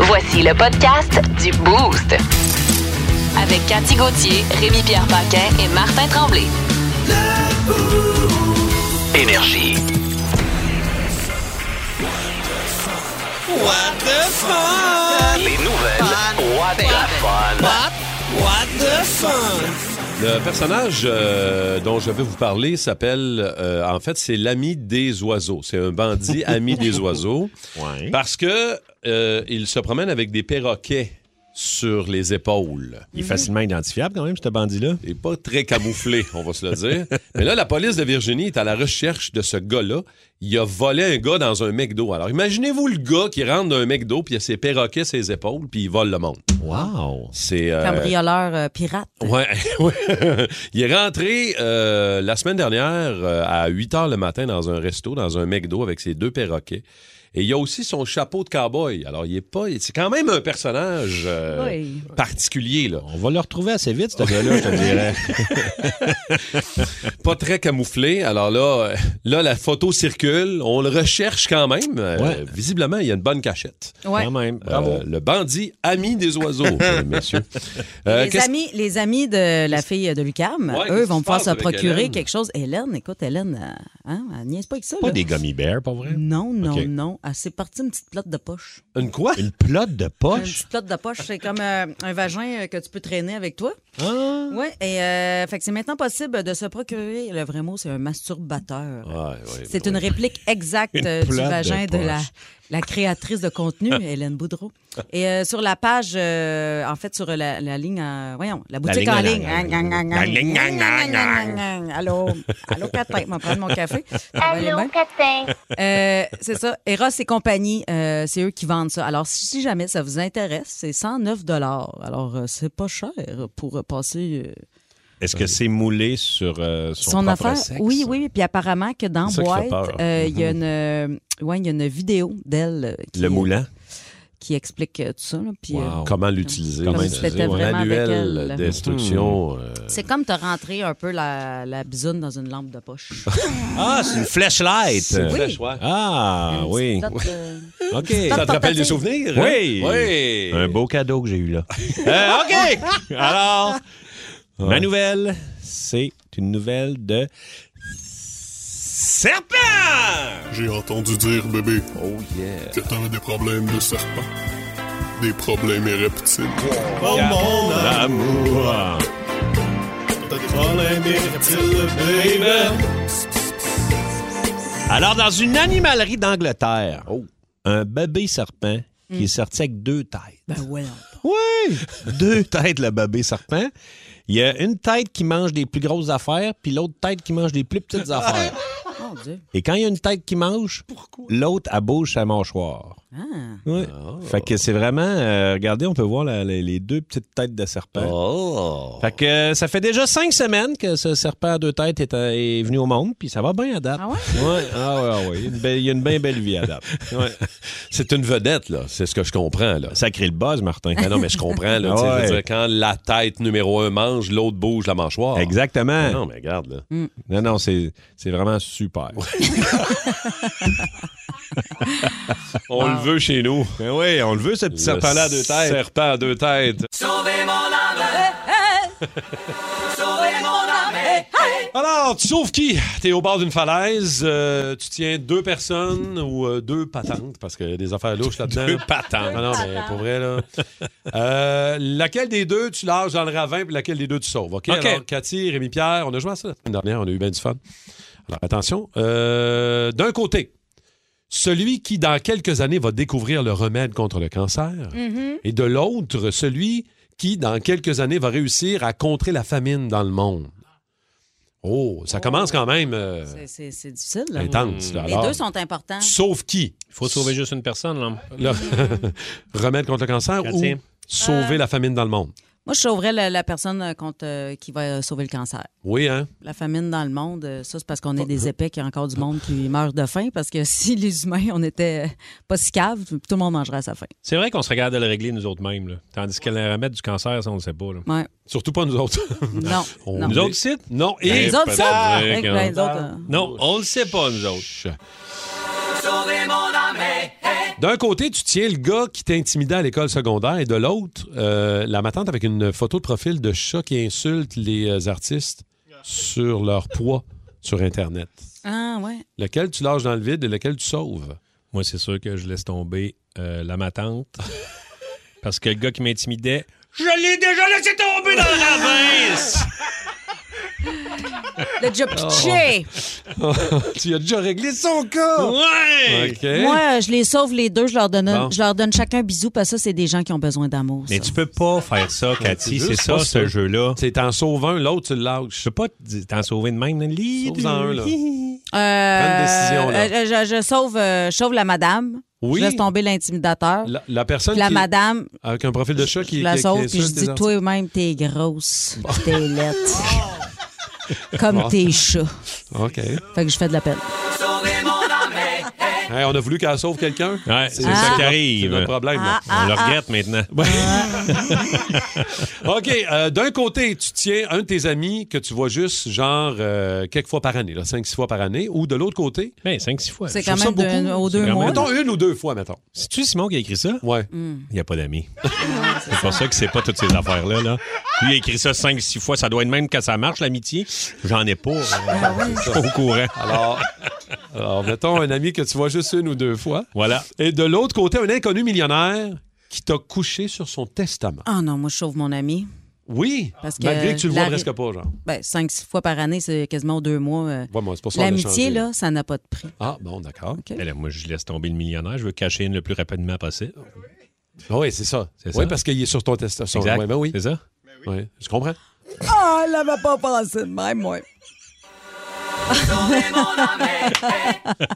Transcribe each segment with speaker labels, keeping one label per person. Speaker 1: Voici le podcast du Boost. Avec Cathy Gauthier, Rémi-Pierre Paquin et Martin Tremblay.
Speaker 2: Énergie.
Speaker 3: What the fun?
Speaker 2: Les nouvelles. What the fun.
Speaker 3: What? What the fun?
Speaker 4: Le personnage euh, dont je vais vous parler s'appelle, euh, en fait, c'est l'ami des oiseaux. C'est un bandit ami des oiseaux parce que euh, il se promène avec des perroquets sur les épaules.
Speaker 5: Il est Mm-hmm. facilement identifiable quand même, ce bandit-là.
Speaker 4: Il n'est pas très camouflé, on va se le dire. Mais là, la police de Virginie est à la recherche de ce gars-là. Il a volé un gars dans un McDo. Alors, imaginez-vous le gars qui rentre dans un McDo, puis il a ses perroquets sur les épaules, puis il vole le monde.
Speaker 5: Wow!
Speaker 4: C'est euh,
Speaker 6: Cambrioleur euh, pirate.
Speaker 4: Ouais, ouais. Il est rentré euh, la semaine dernière euh, à 8 h le matin dans un resto, dans un McDo avec ses deux perroquets. Et il y a aussi son chapeau de cowboy. Alors, il est pas. C'est quand même un personnage euh,
Speaker 6: Oui.
Speaker 4: particulier, là.
Speaker 5: On va le retrouver assez vite, ce gars-là, je te dirais.
Speaker 4: Pas très camouflé. Alors là, euh, là, la photo circule. On le recherche quand même. Euh,
Speaker 5: Ouais.
Speaker 4: Visiblement, il y a une bonne cachette.
Speaker 6: Ouais.
Speaker 5: Quand même.
Speaker 4: Euh,
Speaker 5: Bravo.
Speaker 4: le bandit ami des oiseaux, euh, messieurs. Euh,
Speaker 6: les,
Speaker 4: qu'est-ce-
Speaker 6: amis, les amis de la fille de Lucam,
Speaker 4: Ouais,
Speaker 6: eux,
Speaker 4: qu'est-ce
Speaker 6: vont
Speaker 4: qui se
Speaker 6: pouvoir
Speaker 4: passe
Speaker 6: se
Speaker 4: avec
Speaker 6: procurer
Speaker 4: Hélène?
Speaker 6: quelque chose. Hélène, écoute, Hélène, euh, hein, elle niaise pas avec ça.
Speaker 5: Pas
Speaker 6: là.
Speaker 5: des gummy bears, pas vrai?
Speaker 6: Non, non,
Speaker 5: Ok.
Speaker 6: non. Ah, c'est parti une petite plotte de poche.
Speaker 4: Une quoi?
Speaker 5: Une plotte de
Speaker 6: Une
Speaker 5: poche?
Speaker 6: petite plotte de poche, c'est comme euh, un vagin euh, que tu peux traîner avec toi.
Speaker 5: Ah!
Speaker 6: Oui, et euh, fait que c'est maintenant possible de se procurer, le vrai mot, c'est un masturbateur.
Speaker 4: Ouais, ouais,
Speaker 6: C'est
Speaker 4: ouais.
Speaker 6: une réplique exacte
Speaker 5: Une
Speaker 6: euh, du
Speaker 5: plotte de
Speaker 6: vagin de, la,
Speaker 5: poche.
Speaker 6: la créatrice de contenu, Hélène Boudreau. Et euh, sur la page, euh, en fait, sur la, la ligne, en- voyons, la boutique
Speaker 5: ligne
Speaker 6: en
Speaker 5: en
Speaker 6: ligne.
Speaker 5: ligne.
Speaker 6: Gang, gang, gang,
Speaker 5: La
Speaker 6: gang.
Speaker 5: ligne, gang, gang, gang.
Speaker 6: Allô, allô, Catin, je vais prendre mon café. Ça va aller
Speaker 7: Allô,
Speaker 6: bien?
Speaker 7: Catin.
Speaker 6: Euh, c'est ça, Eros et compagnie, euh, c'est eux qui vendent ça. Alors, si si jamais ça vous intéresse, c'est 109 Alors, euh, c'est pas cher pour euh, passer... euh,
Speaker 5: Est-ce que c'est moulé sur euh, son,
Speaker 6: son
Speaker 5: propre
Speaker 6: affaire.
Speaker 5: sexe?
Speaker 6: Oui, oui, oui. Puis apparemment que dans
Speaker 4: C'est ça qui fait
Speaker 6: Boîte,
Speaker 4: peur.
Speaker 6: euh, il y a une, euh, ouais, il y a une vidéo d'elle euh, qui,
Speaker 5: Le moulant?
Speaker 6: qui explique euh, tout ça. là. Puis, euh,
Speaker 5: Wow.
Speaker 4: Comment l'utiliser?
Speaker 6: Comme
Speaker 4: ouais.
Speaker 6: si c'était vraiment avec
Speaker 4: Manuel
Speaker 6: elle.
Speaker 4: d'instruction. euh,
Speaker 6: c'est comme te rentrer un peu la, la bisoune dans une lampe de poche.
Speaker 5: Ah, c'est une flashlight!
Speaker 4: C'est une
Speaker 6: Oui.
Speaker 4: flèche, ouais.
Speaker 5: Ah,
Speaker 6: Une
Speaker 5: oui.
Speaker 6: petite totte, euh,
Speaker 4: Ça
Speaker 5: OK.
Speaker 4: te rappelle
Speaker 6: tentative.
Speaker 4: des souvenirs? hein?
Speaker 5: Oui.
Speaker 4: Oui!
Speaker 5: Un beau cadeau que j'ai eu là. Euh, OK! Alors, ma nouvelle, c'est une nouvelle de. Serpent!
Speaker 8: J'ai entendu dire, bébé,
Speaker 4: Oh yeah!
Speaker 8: que t'avais des problèmes de serpent. Des problèmes et reptiles.
Speaker 3: Oh mon
Speaker 5: L'amour! Alors, dans une animalerie d'Angleterre, un bébé serpent qui est sorti avec deux têtes.
Speaker 6: Hmm. ben ouais.
Speaker 5: Oui! Deux têtes, le bébé serpent. Il y a une tête qui mange des plus grosses affaires, puis l'autre tête qui mange des plus petites
Speaker 6: Ah.
Speaker 5: affaires.
Speaker 6: Mon Dieu.
Speaker 5: Et quand il y a une tête qui mange, l'autre, elle bouge sa mâchoire.
Speaker 6: Ah.
Speaker 5: Oui. Fait que c'est vraiment... euh, regardez, on peut voir la- les, les deux petites têtes de serpent.
Speaker 4: Oh!
Speaker 5: Fait que euh, ça fait déjà cinq semaines que ce serpent à deux têtes est, euh, est venu au monde, puis ça va bien à date.
Speaker 6: Ah ouais?
Speaker 5: Ouais, ah ouais, ah ouais. Il y a une belle- Il y a une bien belle vie à date. Ouais.
Speaker 4: C'est une vedette, là. C'est ce que je comprends, là.
Speaker 5: Ça crée le buzz, Martin.
Speaker 4: Ah non, mais je comprends, là.
Speaker 5: Ah
Speaker 4: Tu sais, je veux
Speaker 5: ouais.
Speaker 4: dire, quand la tête numéro un mange, l'autre bouge la mâchoire.
Speaker 5: Exactement.
Speaker 4: Ah Non, mais regarde, là.
Speaker 6: Hmm.
Speaker 5: Non, non, c'est c'est vraiment super.
Speaker 4: On le veut chez nous.
Speaker 5: Ben oui, on le veut, ce petit serpent-là à deux têtes.
Speaker 4: Serpent à deux têtes. Alors, tu sauves qui? T'es au bord d'une falaise, euh, tu tiens deux personnes ou euh, deux patentes, parce qu'il y a des affaires louches là-dedans. Deux patentes. Non, non, mais pour vrai, là. Euh, laquelle des deux tu lâches dans le ravin, puis laquelle des deux tu sauves, OK? Alors, Cathy, Rémi-Pierre, on a joué à ça la semaine dernière, on a eu bien du fun. Alors, attention. Euh, D'un côté, celui qui, dans quelques années, va découvrir le remède contre le cancer,
Speaker 6: Mhm.
Speaker 4: et de l'autre, celui qui, dans quelques années, va réussir à contrer la famine dans le monde. Oh, ça commence quand même euh,
Speaker 6: C'est- C'est c'est difficile. là.
Speaker 4: intense. là.
Speaker 6: Les
Speaker 4: Alors,
Speaker 6: deux sont importants.
Speaker 4: Sauve qui?
Speaker 9: faut sauver juste une personne, là.
Speaker 4: Le remède contre le cancer ou
Speaker 9: Cathy.
Speaker 6: Euh.
Speaker 4: sauver la famine dans le monde?
Speaker 6: Moi, je sauverais la, la personne euh, contre, euh, qui va euh, sauver le cancer.
Speaker 4: Oui, hein?
Speaker 6: La famine dans le monde, euh, ça, c'est parce qu'on est des épais qu'il y a encore du monde qui meurt de faim. Parce que si les humains, on était euh, pas si caves, tout le monde mangerait à sa faim.
Speaker 9: C'est vrai qu'on se regarde à le régler nous autres mêmes, là. Tandis que le remède du cancer, ça, on le sait pas, là.
Speaker 6: Ouais.
Speaker 4: Surtout pas nous autres.
Speaker 6: Non.
Speaker 4: On-
Speaker 6: non.
Speaker 9: Nous autres ici?
Speaker 4: non,
Speaker 6: Ben,
Speaker 4: et...
Speaker 6: les autres, ça.
Speaker 9: vrai
Speaker 6: Ben,
Speaker 9: que-
Speaker 6: ben, les autres, euh,
Speaker 9: Non, on le sait pas, nous autres.
Speaker 4: D'un côté, tu tiens le gars qui t'intimidait à l'école secondaire et de l'autre, euh, la matante avec une photo de profil de chat qui insulte les euh, artistes sur leur poids sur Internet.
Speaker 6: Ah, ouais.
Speaker 4: Lequel tu lâches dans le vide et lequel tu sauves?
Speaker 5: Moi, c'est sûr que je laisse tomber euh, la matante. parce que le gars qui m'intimidait, je l'ai déjà laissé tomber dans la rince!
Speaker 6: Le job pitché.
Speaker 4: tu as déjà réglé son cas!
Speaker 6: Oh!
Speaker 5: Ouais!
Speaker 4: OK.
Speaker 6: Moi, je les sauve les deux. Je leur donne, un-
Speaker 4: Bon.
Speaker 6: je leur donne chacun un bisou parce que ça, c'est des gens qui ont besoin d'amour.
Speaker 5: Mais
Speaker 6: ça.
Speaker 5: tu peux pas faire ça, Cathy.
Speaker 4: juste
Speaker 5: Ah, C'est
Speaker 4: pas ça.
Speaker 5: ça, ce jeu-là.
Speaker 4: C'est en sauvant un, l'autre, tu le
Speaker 5: Je
Speaker 4: lâches.
Speaker 5: peux pas te- t'en sauver de même. Lis-
Speaker 4: Sauve-en un, là.
Speaker 6: Euh,
Speaker 4: Prends une décision, là.
Speaker 6: euh, je, je sauve, euh, je sauve la madame.
Speaker 4: Oui.
Speaker 6: Je laisse tomber l'intimidateur.
Speaker 4: La, la personne
Speaker 6: Puis la
Speaker 4: qui-
Speaker 6: madame,
Speaker 4: avec un profil de chat qui,
Speaker 6: je la
Speaker 4: qui- qui
Speaker 6: sauve. Puis je
Speaker 4: insulte les
Speaker 6: dis,
Speaker 4: artistes.
Speaker 6: toi-même, t'es grosse. puis T'es laite. Comme tes chats.
Speaker 4: OK.
Speaker 6: Fait que je fais de l'appel.
Speaker 4: Hey, on a voulu qu'elle sauve quelqu'un?
Speaker 5: Ouais, c'est Ah,
Speaker 4: Ah.
Speaker 5: ça qui
Speaker 4: C'est
Speaker 5: arrive.
Speaker 4: notre problème. là.
Speaker 5: On le regrette maintenant.
Speaker 6: Ah.
Speaker 4: OK. euh, D'un côté, tu tiens un de tes amis que tu vois juste, genre, euh, quelques fois par année, là, cinq, six fois par année, ou de l'autre côté,
Speaker 5: Ben, 5-6 fois.
Speaker 6: C'est
Speaker 5: Je
Speaker 6: quand
Speaker 5: trouve ça
Speaker 6: même de-
Speaker 5: beaucoup.
Speaker 6: aux
Speaker 5: C'est
Speaker 6: deux
Speaker 5: quand
Speaker 6: mois.
Speaker 5: même-
Speaker 4: mettons une ou deux fois, mettons.
Speaker 5: C'est-tu Simon qui a écrit ça?
Speaker 4: Ouais.
Speaker 6: Hmm.
Speaker 5: Il n'y a pas d'amis. Mm. C'est pour ça qu'il ne sait pas toutes ces affaires-là. Là. Lui, il a écrit ça 5-6 fois. Ça doit être même que ça marche, l'amitié. J'en ai pas. euh, Je suis pas au courant.
Speaker 4: Alors, alors, mettons un ami que tu vois juste une ou deux fois.
Speaker 5: Voilà.
Speaker 4: Et de l'autre côté, un inconnu millionnaire qui t'a couché sur son testament.
Speaker 6: Ah non, moi, je sauve mon ami.
Speaker 4: Oui,
Speaker 6: Parce que
Speaker 4: malgré que tu le vois
Speaker 6: la-
Speaker 4: presque pas, genre.
Speaker 6: Ben, cinq, six fois par année, c'est quasiment aux deux mois. euh.
Speaker 4: Ouais, moi, c'est pour ça qu'on a
Speaker 6: L'amitié,
Speaker 4: changé.
Speaker 6: là, ça n'a pas de prix.
Speaker 4: Ah, bon, d'accord.
Speaker 5: Ben là, moi, je laisse tomber le millionnaire. Je veux cacher une le plus rapidement possible.
Speaker 4: Ah oui, c'est ça.
Speaker 5: C'est ça.
Speaker 4: Oui, parce qu'il est sur ton testament.
Speaker 5: Exact.
Speaker 4: Ouais, ben oui.
Speaker 5: C'est ça?
Speaker 4: Ouais, je comprends.
Speaker 6: Ah, elle l'avait pas pensé de même, moi.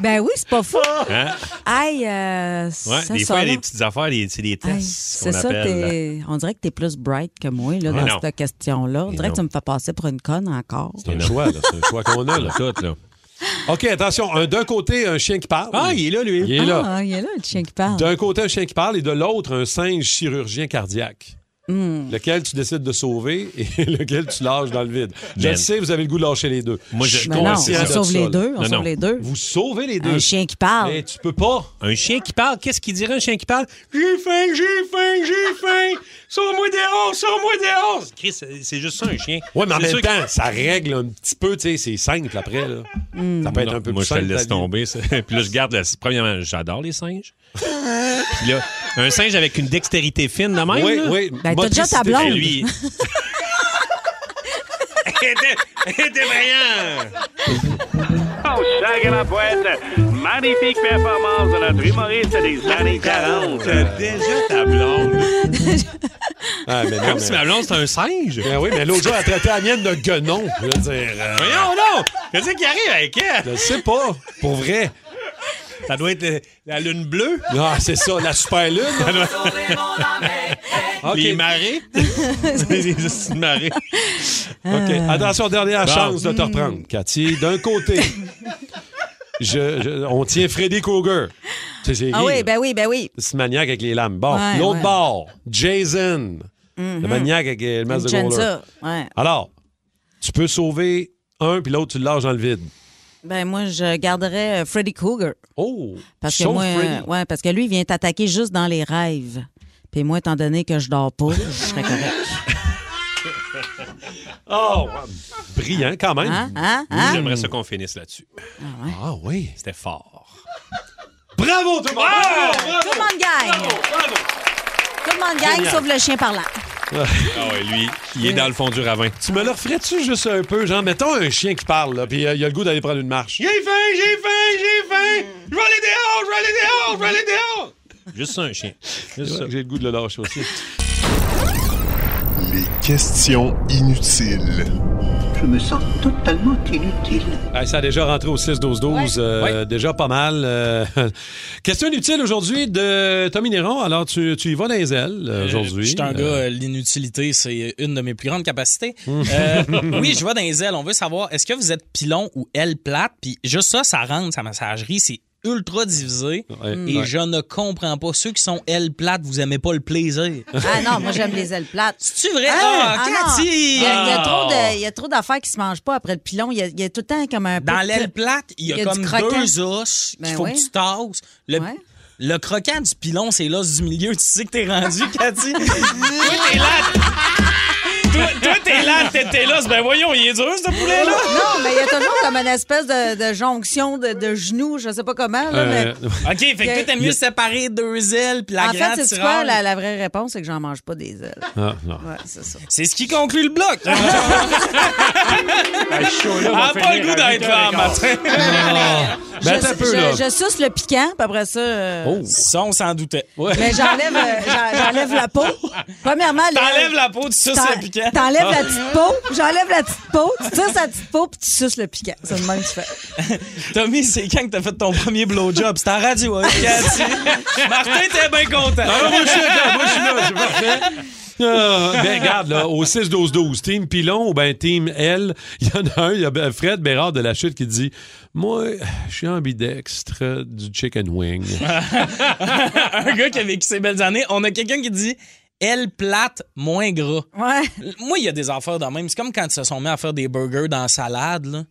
Speaker 6: ben oui, c'est pas fou.
Speaker 5: Hein?
Speaker 6: Aïe, euh,
Speaker 5: Ouais,
Speaker 6: ça
Speaker 5: des
Speaker 6: ça,
Speaker 5: fois, il y a
Speaker 6: là.
Speaker 5: des petites affaires, des- c'est des
Speaker 6: Aïe,
Speaker 5: tests.
Speaker 6: C'est
Speaker 5: qu'on
Speaker 6: ça,
Speaker 5: appelle.
Speaker 6: t'es- on dirait que t'es plus bright que moi là,
Speaker 5: Mais
Speaker 6: dans
Speaker 5: non.
Speaker 6: cette question-là. On
Speaker 5: Mais
Speaker 6: dirait que tu
Speaker 5: non.
Speaker 6: me fais passer pour une conne encore.
Speaker 4: C'est un choix, là. C'est un choix qu'on a, là.
Speaker 5: Tout, là.
Speaker 4: OK, attention. Un- D'un côté, un chien qui parle.
Speaker 5: Ah, il est là, lui.
Speaker 4: Il est là.
Speaker 6: Ah, il est là, le chien qui parle.
Speaker 4: D'un côté, un chien qui parle et de l'autre, un singe chirurgien cardiaque.
Speaker 6: Hmm.
Speaker 4: Lequel tu décides de sauver et lequel tu lâches dans le vide. Je
Speaker 5: Ben.
Speaker 4: le sais, vous avez le goût de lâcher les deux.
Speaker 5: Moi, je-
Speaker 4: suis
Speaker 6: Mais Ben non, on
Speaker 4: conscient de
Speaker 6: sauve
Speaker 4: ça,
Speaker 6: les
Speaker 4: là.
Speaker 6: deux. On
Speaker 5: Non,
Speaker 6: sauve
Speaker 5: non.
Speaker 6: les deux.
Speaker 4: Vous sauvez les deux.
Speaker 6: Un chien qui parle.
Speaker 4: Mais tu peux pas.
Speaker 5: Un chien qui parle, qu'est-ce qu'il dirait un chien qui parle? J'ai faim, j'ai faim, j'ai faim! Sors-moi dehors, sors-moi dehors! Chris, c'est c'est juste ça, un chien.
Speaker 4: Oui, mais en
Speaker 5: C'est
Speaker 4: même
Speaker 5: sûr que-
Speaker 4: temps, ça règle un petit peu, tu sais, c'est simple après. Là.
Speaker 6: Hmm.
Speaker 4: Ça peut être un peu
Speaker 5: Moi,
Speaker 4: plus
Speaker 5: je te
Speaker 4: simple.
Speaker 5: le laisse
Speaker 4: ta vie.
Speaker 5: tomber. ça. Puis là, je garde. le- Premièrement, j'adore les singes. Puis là, un singe avec une dextérité fine, de même.
Speaker 4: Oui,
Speaker 5: là.
Speaker 4: oui. Ah,
Speaker 6: Ben, t'as déjà ta
Speaker 4: Motricité.
Speaker 5: Et
Speaker 6: blonde.
Speaker 5: lui. Elle était- elle était brillante.
Speaker 10: Oh, chag à la boîte. Magnifique performance de notre humoriste des années 40.
Speaker 5: T'as déjà ta blonde.
Speaker 4: Ah, mais non,
Speaker 5: Comme
Speaker 4: mais-
Speaker 5: si ma blonde, c'était un singe.
Speaker 4: Ben oui, mais l'autre jour, elle a traité la mienne de guenon. Je veux dire, euh,
Speaker 5: Voyons donc! Qu'est-ce qui arrive avec elle?
Speaker 4: je sais pas, pour vrai.
Speaker 5: Ça doit être le- la lune bleue,
Speaker 4: Non, Ah, c'est ça, la super lune. OK,
Speaker 5: les marées. les hosties de marées.
Speaker 4: Ah. OK. Attention, dernière
Speaker 5: Bon. Hmm.
Speaker 4: chance de te reprendre, Cathy. D'un côté, je, je- on tient Freddy Krueger. Tu sais, j'ai
Speaker 6: Ah
Speaker 4: ri, là.
Speaker 6: oui, ben oui, ben oui.
Speaker 4: Ce maniaque avec les lames. Bon,
Speaker 6: Ouais,
Speaker 4: l'autre
Speaker 6: ouais. Mhm.
Speaker 4: bord, Jason. Le maniaque avec le masque de
Speaker 6: J'aime
Speaker 4: Gauler.
Speaker 6: ça. Ouais.
Speaker 4: Alors, tu peux sauver un, puis l'autre, tu le lâches dans le vide.
Speaker 6: Ben moi, je garderais euh, Freddy Krueger.
Speaker 4: Oh!
Speaker 6: Parce que
Speaker 4: sauve
Speaker 6: moi, euh,
Speaker 4: Freddy.
Speaker 6: ouais, parce que lui, il vient t'attaquer juste dans les rêves. Puis moi, étant donné que je dors pas, je serais correct.
Speaker 4: Oh! Brillant, quand même.
Speaker 6: Hein? Hein? Hein?
Speaker 5: J'aimerais ça qu'on finisse là-dessus.
Speaker 4: Ah oui.
Speaker 5: C'était fort.
Speaker 4: Bravo, tout le monde!
Speaker 6: Tout le monde gagne. Tout le monde gagne, sauf le chien parlant.
Speaker 5: Ah ouais, lui, il est dans le fond du ravin.
Speaker 4: Tu me le referais-tu juste un peu? Genre, mettons un chien qui parle, là, puis euh, il a le goût d'aller prendre une marche.
Speaker 5: J'ai faim, j'ai faim, j'ai faim! Je vais aller dehors, je vais aller dehors, je vais aller dehors! Juste ça, un chien. Juste ça.
Speaker 4: J'ai le goût de le lâcher aussi.
Speaker 8: Les questions inutiles.
Speaker 7: Je me sens totalement inutile.
Speaker 4: Hey, ça a déjà rentré au 6-12-12. euh, Déjà pas mal. euh, Question inutile aujourd'hui de Tommy Néron. Alors, tu, tu y vas dans les ailes euh, aujourd'hui.
Speaker 11: Je suis un gars,
Speaker 4: Euh,
Speaker 11: euh, l'inutilité, c'est une de mes plus grandes capacités. Euh, oui, je vais dans les ailes. On veut savoir, est-ce que vous êtes pilon ou aile plate? Puis juste ça, ça rentre, sa messagerie, c'est ultra divisé et
Speaker 6: ouais.
Speaker 11: je ne comprends pas. Ceux qui sont ailes plates, vous aimez pas le plaisir.
Speaker 6: Ah non, moi j'aime les ailes plates.
Speaker 11: C'est-tu vrai? Ah,
Speaker 6: non.
Speaker 11: Cathy!
Speaker 6: Il y a- il y a trop
Speaker 11: Ah.
Speaker 6: de- il y a trop d'affaires qui se mangent pas après le pilon. Il y a, il y a tout le temps comme un.
Speaker 11: Dans
Speaker 6: peu de-
Speaker 11: l'aile plate, il y a,
Speaker 6: du
Speaker 11: comme
Speaker 6: croquant.
Speaker 11: deux os qu'il
Speaker 6: Ben
Speaker 11: faut
Speaker 6: oui.
Speaker 11: que tu tasses. Le, le croquant du pilon, c'est l'os du milieu. Tu sais que t'es rendu, Cathy? Toi, t'es là. Toi, toi, t'es là, t'es t'es là. Ben voyons, il est dur, ce poulet-là.
Speaker 6: Non, mais il y a toujours comme une espèce de, de jonction de, de genoux, je sais pas comment. là,
Speaker 4: Euh,
Speaker 6: mais-
Speaker 11: OK, Euh, fait que toi, t'aimes mieux séparer deux ailes puis la
Speaker 6: en
Speaker 11: grande
Speaker 6: fait, c'est quoi
Speaker 11: tirale.
Speaker 6: la, la vraie réponse? C'est que j'en mange pas des ailes.
Speaker 4: Ah, non.
Speaker 6: Ouais, c'est ça.
Speaker 11: C'est ce qui conclut le bloc. Ah,
Speaker 2: va
Speaker 11: pas le
Speaker 2: finir
Speaker 11: goût
Speaker 2: à
Speaker 11: d'être là en matin.
Speaker 4: Ben, attends un peu, là.
Speaker 6: Je, je suce le piquant, puis après ça. euh,
Speaker 11: Oh. Ça, on s'en doutait.
Speaker 6: Mais j'enlève, euh, j'en- j'enlève la peau. Premièrement, les-
Speaker 11: T'enlèves la peau, tu suces
Speaker 6: T'en-
Speaker 11: le piquant. Ah.
Speaker 6: T'enlèves la petite peau, j'enlève la petite peau, tu suces la petite peau, puis tu suces le piquant. C'est le même que tu fais.
Speaker 11: Tommy, c'est quand que t'as fait ton premier blowjob? C'est en radio, hein, Cathy? Martin, t'es bien content.
Speaker 4: Ah, non, moi, je suis d'accord, moi, je suis là, c'est parfait. Ah, ben, regarde, là, au 6-12-12, Team Pilon ou ben Team L, il y en a un, il y a ben Fred Bérard de la Chute qui dit Moi, je suis ambidextre du chicken wing.
Speaker 11: Ah, un gars qui a vécu ses belles années. On a quelqu'un qui dit elle plate, moins gras.
Speaker 6: Ouais.
Speaker 11: Moi, il y a des affaires dans le même. C'est comme quand ils se sont mis à faire des burgers dans la salade. Là.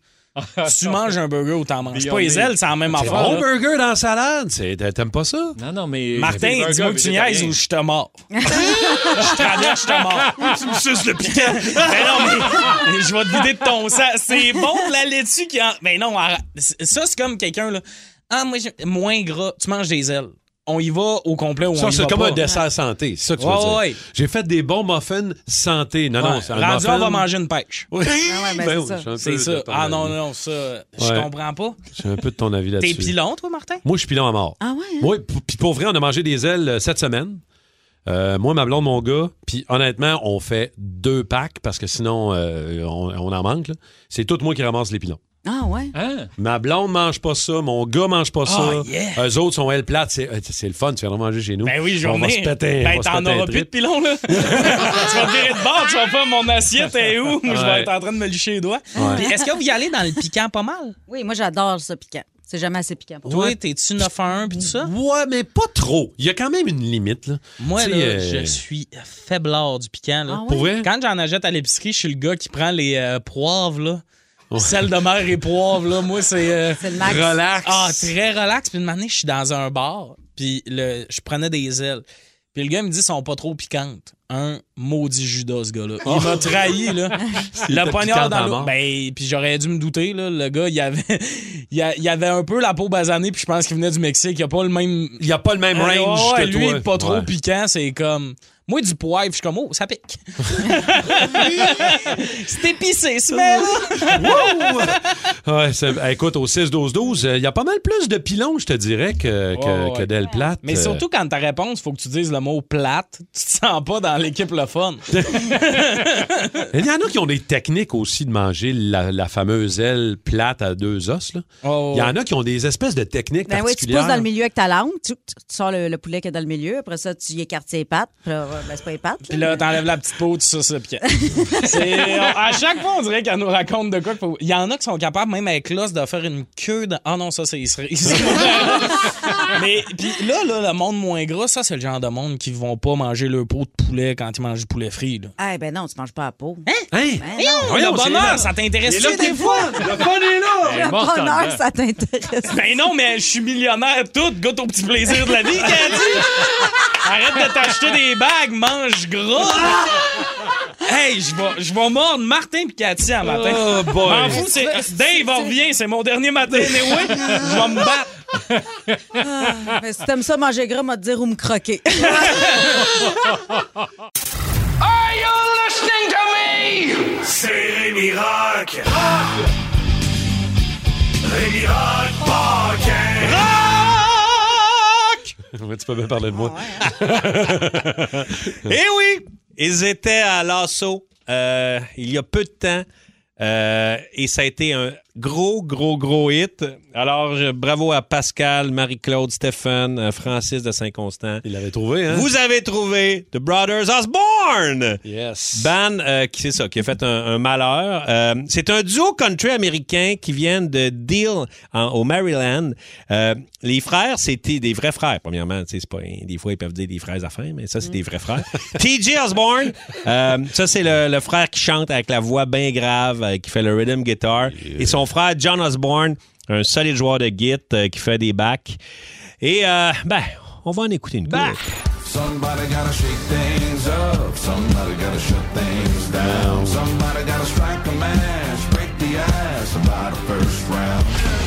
Speaker 11: tu manges un burger ou t'en manges pas. Les ailes, c'est la même
Speaker 4: C'est
Speaker 11: affaire.
Speaker 4: bon
Speaker 11: là.
Speaker 4: burger dans la salade, c'est- t'aimes pas ça?
Speaker 12: Non, non, mais.
Speaker 11: Martin, dis-moi que tu niaises ou je te mords. je traverse, je te mords. Tu me suces le piquant. Mais non, mais je vais te vider de ton sang. C'est bon de la laitue qui en... Mais non, arrête. ça, c'est comme quelqu'un, là. Ah, moi, j'ai- moins gras. Tu manges des ailes. On y va au complet ou on
Speaker 4: Ça,
Speaker 11: y va
Speaker 4: c'est comme
Speaker 11: pas.
Speaker 4: un dessert santé, c'est ça que tu veux
Speaker 11: Ouais,
Speaker 4: dire.
Speaker 11: ouais.
Speaker 4: J'ai fait des bons muffins santé. Non, non,
Speaker 11: Ouais.
Speaker 4: c'est un
Speaker 11: Rendu, on va
Speaker 4: muffin-
Speaker 11: manger une pêche.
Speaker 4: Oui.
Speaker 6: Ah ouais, ben,
Speaker 4: Ben
Speaker 6: c'est
Speaker 4: oui,
Speaker 6: ça.
Speaker 4: je suis un peu
Speaker 11: C'est ça.
Speaker 4: de ton
Speaker 11: Ah
Speaker 4: avis.
Speaker 11: non, non, ça, je
Speaker 4: Ouais.
Speaker 11: comprends pas.
Speaker 4: Je suis un peu de ton avis
Speaker 11: T'es
Speaker 4: là-dessus.
Speaker 11: pilon, toi, Martin?
Speaker 4: Moi, je suis pilon à mort.
Speaker 6: Ah ouais? hein?
Speaker 4: Oui, p- puis pour vrai, on a mangé des ailes euh, cette semaine. Euh, moi, ma blonde, mon gars. Puis honnêtement, on fait deux packs parce que sinon, euh, on, on en manque. là. C'est tout moi qui ramasse les pilons.
Speaker 6: Ah ouais?
Speaker 4: Ma blonde mange pas ça, mon gars mange pas ça.
Speaker 6: Oh,
Speaker 11: Ah, yeah.
Speaker 4: Eux autres sont ailes plates. C'est euh, c'est le fun, tu viens de manger chez nous.
Speaker 11: Ben oui,
Speaker 4: On va
Speaker 11: journée.
Speaker 4: se péter. on
Speaker 11: ben,
Speaker 4: va se
Speaker 11: t'en
Speaker 4: péter un
Speaker 11: auras plus de
Speaker 4: trip.
Speaker 11: pilon, là. tu vas te virer de bord, tu vas faire mon assiette est où? Moi, je
Speaker 4: Ouais.
Speaker 11: vais être en train de me licher les doigts.
Speaker 4: Ouais.
Speaker 11: Puis Est-ce que vous y allez dans le piquant pas mal?
Speaker 6: Oui, moi, j'adore ça piquant. C'est jamais assez piquant pour moi.
Speaker 11: Toi, t'es-tu 9 à 1 puis tout ça?
Speaker 4: Ouais, mais pas trop. Il y a quand même une limite. Là.
Speaker 11: Moi,
Speaker 4: Mm-hmm. Tu
Speaker 11: là,
Speaker 4: sais, euh,
Speaker 11: je suis faiblard du piquant. Là.
Speaker 6: Ah ouais?
Speaker 4: Pour vrai?
Speaker 11: Quand j'en achète à l'épicerie, je suis le gars qui prend les euh, poivres, là. Celle de mer et poivre, là. Moi, c'est. euh,
Speaker 6: C'est le max.
Speaker 4: Relax.
Speaker 11: Ah, très relax. Puis une année, je suis dans un bar, puis le, je prenais des ailes. Puis le gars me dit, sont pas trop piquantes. Un maudit Judas, ce gars-là. Il m'a trahi, là.
Speaker 4: Il
Speaker 11: le
Speaker 4: était
Speaker 11: poignard
Speaker 4: piquant à
Speaker 11: dans l'eau.
Speaker 4: mort.
Speaker 11: Ben, puis j'aurais dû me douter, là. Le gars, il avait, il a- il avait un peu la peau basanée, puis je pense qu'il venait du Mexique. Il a pas le même.
Speaker 4: Il n'y a pas le même
Speaker 11: Ah,
Speaker 4: range
Speaker 11: ouais,
Speaker 4: que
Speaker 11: lui,
Speaker 4: toi.
Speaker 11: pas trop
Speaker 4: Ouais.
Speaker 11: piquant, c'est comme. Moi, du poivre, je suis comme, oh, ça pique. c'est épicé, smell.
Speaker 4: Wow! Ouais, c'est- eh, écoute, au 6-12-12, euh, il y a pas mal plus de pilons, je te dirais, que, que,
Speaker 11: Ouais, ouais.
Speaker 4: que d'ailes plates.
Speaker 11: Mais
Speaker 4: Euh,
Speaker 11: surtout quand ta réponse, faut que tu dises le mot plate. Tu te sens pas dans l'équipe le fun.
Speaker 4: Il y en a qui ont des techniques aussi de manger la, la fameuse aile plate à deux os. là.
Speaker 11: Oh.
Speaker 4: Il y en a qui ont des espèces de techniques
Speaker 6: Ben oui, tu
Speaker 4: particulières.
Speaker 6: pousses dans le milieu avec ta langue, tu, tu- tu sors le, le poulet qui est dans le milieu, après ça, tu y écartes ses pattes, puis là, ben, c'est pas les pattes.
Speaker 11: Puis là, t'enlèves la petite peau, tu suces le piquet. C'est- on- à chaque fois, on dirait qu'elle nous raconte de quoi. qu'il faut- Il y en a qui sont capables, même avec l'os, de faire une queue. De... Ah non, ça, c'est les cerises. Mais puis là, là, le monde moins gras, ça, c'est le genre de monde qui vont pas manger leur peau de poulet quand ils mangent du poulet frit. là.
Speaker 6: Ah ben non, tu manges pas la peau.
Speaker 4: Hein?
Speaker 6: Ben non.
Speaker 4: Voyons,
Speaker 11: le
Speaker 4: c'est
Speaker 11: bonheur,
Speaker 4: là.
Speaker 11: ça t'intéresse-tu
Speaker 4: Il est là,
Speaker 11: des
Speaker 4: t'es
Speaker 11: fois?
Speaker 6: Le bonheur, ça t'intéresse.
Speaker 11: Ben non, mais je suis millionnaire tout. Goûte au petit plaisir de la vie, Cathy. Arrête de t'acheter des bagues, mange gros. Hey, je vais, je vais mordre Martin et Cathy un matin.
Speaker 4: Oh boy.
Speaker 11: M'en fous, c'est Dave revient, c'est mon dernier matin. Mais oui, je vais me battre.
Speaker 6: Mais si t'aimes ça manger gras, m'a te dire où me croquer.
Speaker 2: C'est Rémi Rock. Rémi Rock Podcast.
Speaker 4: Ouais, tu peux bien parler de
Speaker 6: Ah
Speaker 4: moi.
Speaker 13: Eh oui! Ils étaient à l'assaut euh, il y a peu de temps. euh, et ça a été un
Speaker 4: Gros, gros, gros hit. Alors, je- bravo à Pascal, Marie-Claude, Stéphane, euh, Francis de Saint-Constant.
Speaker 5: Il l'avait trouvé, hein?
Speaker 4: Vous avez trouvé The Brothers Osborne!
Speaker 5: Yes.
Speaker 4: Ban, euh, qui c'est ça, qui a fait un, un malheur. Euh, c'est un duo country américain qui viennent de Deal en- au Maryland. Euh, les frères, c'était des vrais frères, premièrement. Tu sais, C'est pas, des fois, ils peuvent dire des frères à fin, mais ça, c'est des vrais frères. T.J. Osborne, euh, ça, c'est le, le frère qui chante avec la voix bien grave, euh, qui fait le rhythm guitar. Et son frère, John Osborne, un solide joueur de git euh, qui fait des backs. Et, euh, ben, on va en écouter une couple.
Speaker 2: Somebody gotta shake things up. Somebody gotta shut things down. Somebody gotta strike a match. Break the ice about the first round.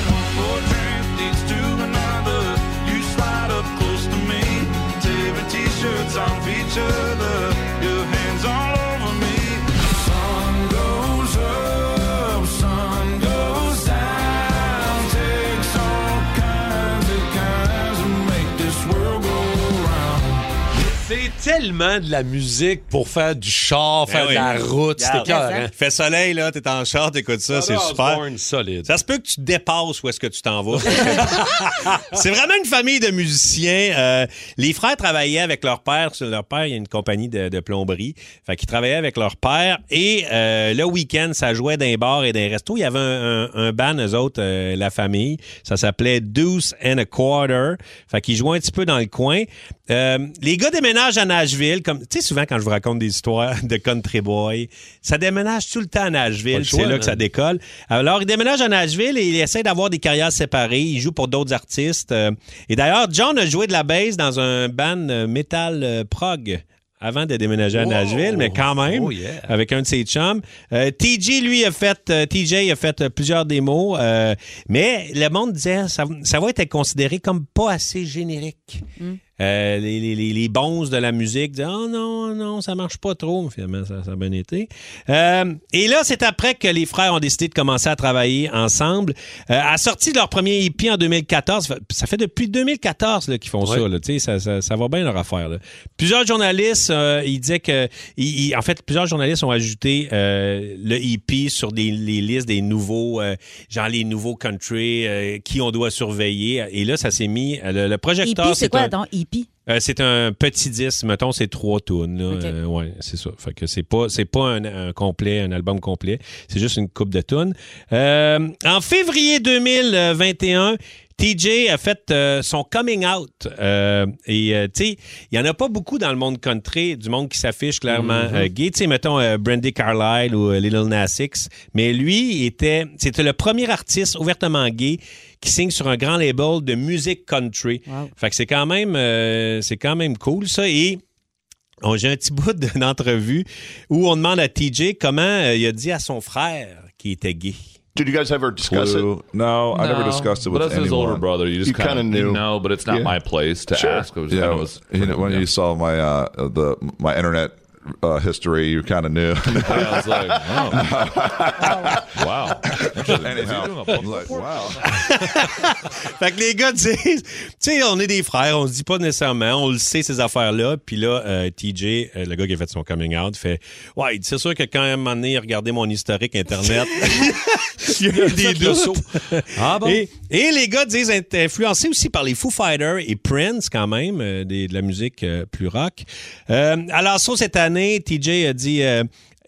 Speaker 2: One more drink leads to another. You slide up close to me. Tearing t-shirts off each other. Your hands all over me. Sun goes up, sun goes down. Takes all kinds of kinds to make this world go round.
Speaker 5: C'est tellement de la musique pour faire du char, faire
Speaker 4: Eh oui.
Speaker 5: de la route. C'était cœur, hein?
Speaker 4: Fait soleil, là, t'es en char, t'écoutes ça, c'est super.
Speaker 5: Osborne, solide.
Speaker 4: Ça se peut que tu te dépasses où est-ce que tu t'en vas. c'est vraiment une famille de musiciens. Euh, les frères travaillaient avec leur père. Sur Leur père, il y a une compagnie de, de plomberie. Fait qu'ils travaillaient avec leur père. Et euh, le week-end, ça jouait dans les bars et dans les restos. Il y avait un, un, un band, eux autres, euh, la famille. Ça s'appelait Deuce and a Quarter. Fait qu'ils jouaient un petit peu dans le coin. Euh, les gars déménagent à Nashville. Comme, tu sais, souvent, quand je vous raconte des histoires de country boy, ça déménage tout le temps à
Speaker 5: Pas
Speaker 4: Nashville.
Speaker 5: le choix, hein.
Speaker 4: C'est là
Speaker 5: man.
Speaker 4: que ça décolle. Alors, il déménage à Nashville et il essaie d'avoir des carrières séparées. Il joue pour d'autres artistes. Euh, Et d'ailleurs, John a joué de la bass dans un band euh, metal euh, prog avant de déménager à
Speaker 5: Wow!
Speaker 4: Nashville, mais quand même,
Speaker 5: Oh, yeah.
Speaker 4: avec un de ses chums. Euh, TJ, lui, a fait, euh, TJ a fait euh, plusieurs démos, euh, mais le monde disait, ça, ça va être considéré comme pas assez générique. Euh, les, les, les, les bonzes de la musique disaient Oh non, non, ça marche pas trop. Finalement, ça, ça a bien été. Euh, et là, c'est après que les frères ont décidé de commencer à travailler ensemble. Euh, à la sortie de leur premier EP en 2014, fa- ça fait depuis 2014 là, qu'ils font
Speaker 5: Ouais.
Speaker 4: ça, là, tu sais, ça, ça. ça va bien leur affaire. là. Plusieurs journalistes, euh, ils disaient que. ils- ils- en fait, plusieurs journalistes ont ajouté euh, le EP sur des, les listes des nouveaux, euh, genre les nouveaux country, euh, qui on doit surveiller. Et là, ça s'est mis. euh, Le, le projecteur.
Speaker 6: Hippie, E c'est quoi,
Speaker 4: un-
Speaker 6: attends, hippie?
Speaker 4: euh, c'est un petit disque, mettons, c'est trois tunes. là.
Speaker 6: Ok.
Speaker 4: Euh, ouais, c'est ça. Fait que c'est pas, c'est pas un, un complet, un album complet. C'est juste une coupe de tunes. Euh, en février 2021, TJ a fait euh, son coming out. Euh, et euh, tu sais, il y en a pas beaucoup dans le monde country, du monde qui s'affiche clairement euh, gay. Tu sais, mettons euh, Brandy Carlyle ou euh, Lil Nas X. Mais lui il était, c'était le premier artiste ouvertement gay qui signe sur un grand label de musique country.
Speaker 6: Wow.
Speaker 4: Fait que c'est quand même, euh, c'est quand même cool ça. Et on- j'ai un petit bout d'une entrevue où on demande à TJ comment euh, il a dit à son frère qu'il était gay.
Speaker 14: Did you guys ever discuss it?
Speaker 8: No, Euh, I never
Speaker 14: No.
Speaker 8: discussed it
Speaker 14: But
Speaker 8: with
Speaker 14: that's his
Speaker 8: anyone.
Speaker 14: older brother. You just
Speaker 8: you
Speaker 14: kinda
Speaker 8: kinda
Speaker 14: knew.
Speaker 8: knew.
Speaker 14: No, but it's not my place to ask. It was
Speaker 8: yeah,
Speaker 14: kinda was-
Speaker 8: you know, when you saw my uh, the my internet uh, history, you kind of knew.
Speaker 14: I was like, oh. wow.
Speaker 8: Anyhow, I'm like, wow.
Speaker 4: fait que les gars disent, tu sais, on est des frères, on se dit pas nécessairement, on le sait ces affaires-là. Puis là, euh, TJ, euh, le gars qui a fait son coming out, fait, ouais, il dit, c'est sûr que quand à un moment donné, il regardait mon historique internet, il y a eu des
Speaker 5: fait le saut. Ah,
Speaker 4: doutes. Et, et les gars disent être influencés aussi par les Foo Fighters et Prince quand même, euh, des- de la musique euh, plus rock. Euh, alors ça, cette année, TJ a dit... euh,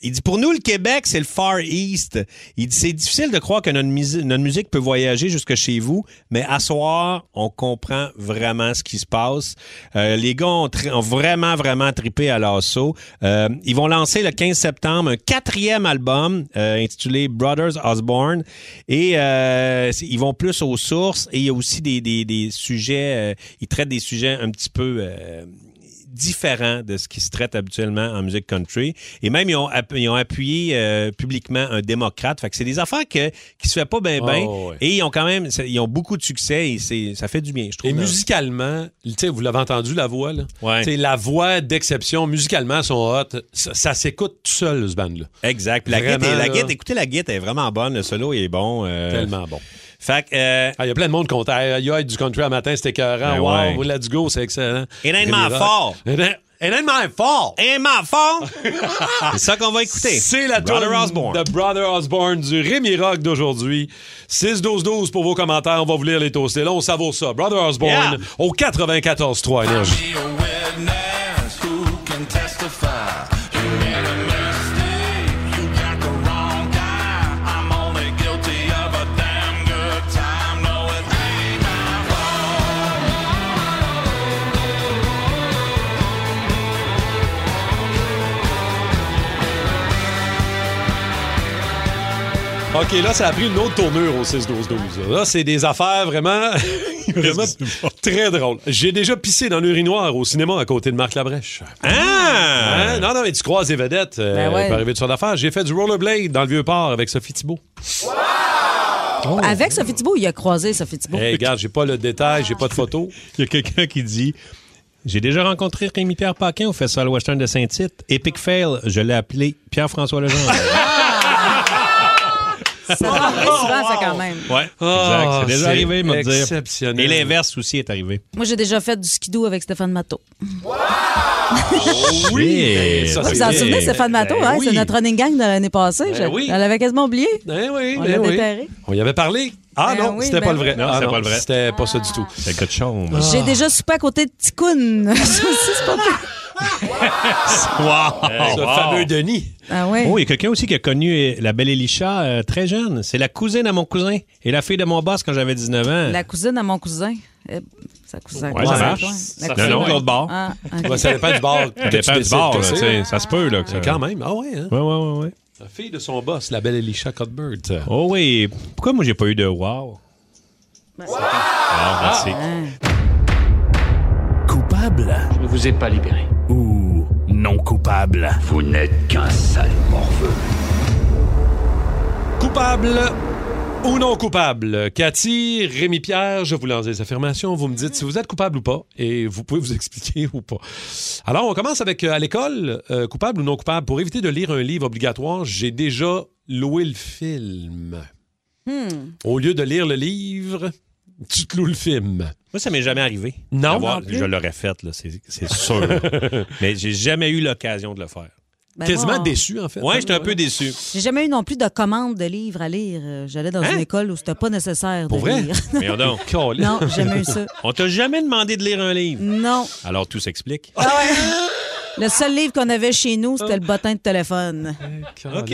Speaker 4: il dit, pour nous, le Québec, c'est le Far East. Il dit, c'est difficile de croire que notre, musi- notre musique peut voyager jusque chez vous, mais à soir, on comprend vraiment ce qui se passe. Euh, les gars ont, tri- ont vraiment, vraiment trippé à l'assaut. Euh, ils vont lancer le 15 septembre un quatrième album euh, intitulé Brothers Osborne. Et euh, c'est- ils vont plus aux sources et il y a aussi des, des- des sujets, euh, ils traitent des sujets un petit peu... euh, différent de ce qui se traite habituellement en musique country. Et même, ils ont, app- ils ont appuyé euh, publiquement un démocrate. Fait que c'est des affaires que, qui se fait pas bien, bien.
Speaker 5: Oh, ouais.
Speaker 4: Et ils ont quand même, c'est- ils ont beaucoup de succès et c'est- ça fait du bien, je trouve.
Speaker 5: Et musicalement, tu sais, vous l'avez entendu, la voix, là?
Speaker 4: Ouais.
Speaker 5: Tu sais, la voix d'exception, musicalement, sont hot. Ça, ça s'écoute tout seul, ce band-là.
Speaker 4: Exact. Puis la
Speaker 5: Vraiment,
Speaker 4: guette, est- la
Speaker 5: là.
Speaker 4: guette- écoutez, la guette est vraiment bonne. Le solo il est bon. euh,
Speaker 5: Tellement bon.
Speaker 4: Fait que, euh,
Speaker 5: Ah, Il y a plein de monde qui compte. Hey, Yo, hey, du country à matin, c'était écœurant.
Speaker 4: Ben
Speaker 5: wow,
Speaker 4: ouais.
Speaker 5: let's go, c'est excellent.
Speaker 4: Et nettement
Speaker 5: Rémi Rock.
Speaker 4: fort.
Speaker 5: Et net-
Speaker 4: And then my fall.
Speaker 5: And my fall. C'est ça qu'on va écouter.
Speaker 4: C'est la
Speaker 5: Brother
Speaker 4: toune
Speaker 5: Osborne.
Speaker 4: de Brother Osborne du Rémi Rock d'aujourd'hui. 6-12-12 pour vos commentaires. On va vous lire les toastés. Là, on savoure ça. Brother Osborne
Speaker 2: Yeah.
Speaker 4: au 94-3 Énergie.
Speaker 2: Be a witness who can testify. You made a mistake. You got the wrong guy. I'm only guilty of a damn good time. No, it ain't my
Speaker 4: OK, là, ça a pris une autre tournure au 6-12-12. Là, c'est des affaires vraiment, vraiment très drôles. J'ai déjà pissé dans l'urinoir au cinéma à côté de Marc Labrèche.
Speaker 5: Euh.
Speaker 4: Hein? Non, non, mais tu croises des vedettes. euh,
Speaker 6: Ben ouais.
Speaker 4: pour arriver de son affaire. J'ai fait du rollerblade dans le Vieux-Port avec Sophie Thibault.
Speaker 6: Avec Sophie Thibault, il a croisé Sophie Thibault.
Speaker 4: Hey, regarde, j'ai pas le détail, j'ai pas de photo.
Speaker 5: Ah, Il y a quelqu'un qui dit J'ai déjà rencontré Rémi-Pierre Paquin au Festival Western de Saint-Tite. Epic fail, je l'ai appelé Pierre-François Legendre.
Speaker 6: Ça arrive souvent, ça, quand même.
Speaker 5: ouais,
Speaker 4: Ah,
Speaker 5: exact. C'est déjà
Speaker 4: c'est
Speaker 5: arrivé, me dire.
Speaker 4: exceptionnel.
Speaker 5: Et l'inverse aussi est arrivé.
Speaker 6: Moi, j'ai déjà fait du skido avec Stéphane Matteau.
Speaker 4: Oui, ça,
Speaker 6: Vous vous en souvenez, Stéphane Matteau? hein? C'est notre running gang de l'année passée.
Speaker 4: Ben
Speaker 6: Je-
Speaker 4: oui.
Speaker 6: Elle avait quasiment oublié.
Speaker 4: oui,
Speaker 6: On
Speaker 4: ben
Speaker 6: l'a
Speaker 4: oui.
Speaker 6: déterré.
Speaker 4: On y avait parlé. Ah
Speaker 6: Ben
Speaker 4: non,
Speaker 6: oui,
Speaker 4: c'était
Speaker 6: ben
Speaker 4: pas le vrai.
Speaker 6: oui.
Speaker 5: Non,
Speaker 4: Ah
Speaker 5: c'était pas le vrai.
Speaker 4: C'était pas ça du tout.
Speaker 5: C'est le de chaume.
Speaker 6: J'ai déjà soupé à côté de Ticoun. Ça aussi, c'est pas pire.
Speaker 5: Ah, Wow!
Speaker 4: Ce fameux Denis.
Speaker 6: Ah ouais.
Speaker 5: Oh, il y a quelqu'un aussi qui a connu euh, la belle Elisha euh, très jeune. C'est la cousine à mon cousin et la fille de mon boss quand j'avais 19 ans.
Speaker 6: La cousine à mon cousin. Eh, Sa cousine.
Speaker 5: Ouais, ça marche. Non, non, l'autre bord.
Speaker 6: Ah, ok.
Speaker 4: Ouais, ça dépend du bar.
Speaker 5: Ça dépend du bar, là, tu sais, ça se peut. Là, que ça-
Speaker 4: Quand même. Ah ouais, hein?
Speaker 5: Ouais, ouais, ouais, ouais.
Speaker 4: La fille de son boss, la belle Elisha Cuthbert.
Speaker 5: Oh oui, pourquoi moi j'ai pas eu de wow? Ah, merci.
Speaker 15: Coupable Je ne vous ai pas libéré. Ou non coupable Vous n'êtes qu'un sale morveux.
Speaker 4: Coupable ou non coupable? Cathy, Rémi Pierre, je vous lance des affirmations. Vous me dites si vous êtes coupable ou pas et vous pouvez vous expliquer ou pas. Alors, on commence avec euh, à l'école, euh, coupable ou non coupable. Pour éviter de lire un livre obligatoire, j'ai déjà loué le film.
Speaker 6: Hmm.
Speaker 4: Au lieu de lire le livre, tu te loues le film.
Speaker 5: Moi, ça m'est jamais arrivé.
Speaker 4: Non.
Speaker 5: D'avoir-
Speaker 4: Non plus.
Speaker 5: je l'aurais fait, là, c'est c'est sûr. Mais j'ai jamais eu l'occasion de le faire.
Speaker 6: Ben, Quasiment moi, on- déçu, en fait.
Speaker 5: Ouais, j'étais un peu déçu.
Speaker 6: J'ai jamais eu non plus de commande de livres à lire. Euh, J'allais dans une école où c'était pas nécessaire
Speaker 5: Pour
Speaker 6: de
Speaker 5: vrai?
Speaker 6: lire.
Speaker 5: Mais on donc.
Speaker 6: Non, j'ai jamais eu ça.
Speaker 5: On t'a jamais demandé de lire un livre.
Speaker 6: Non.
Speaker 5: Alors tout s'explique.
Speaker 6: Le seul livre qu'on avait chez nous, c'était le bottin de téléphone.
Speaker 4: OK.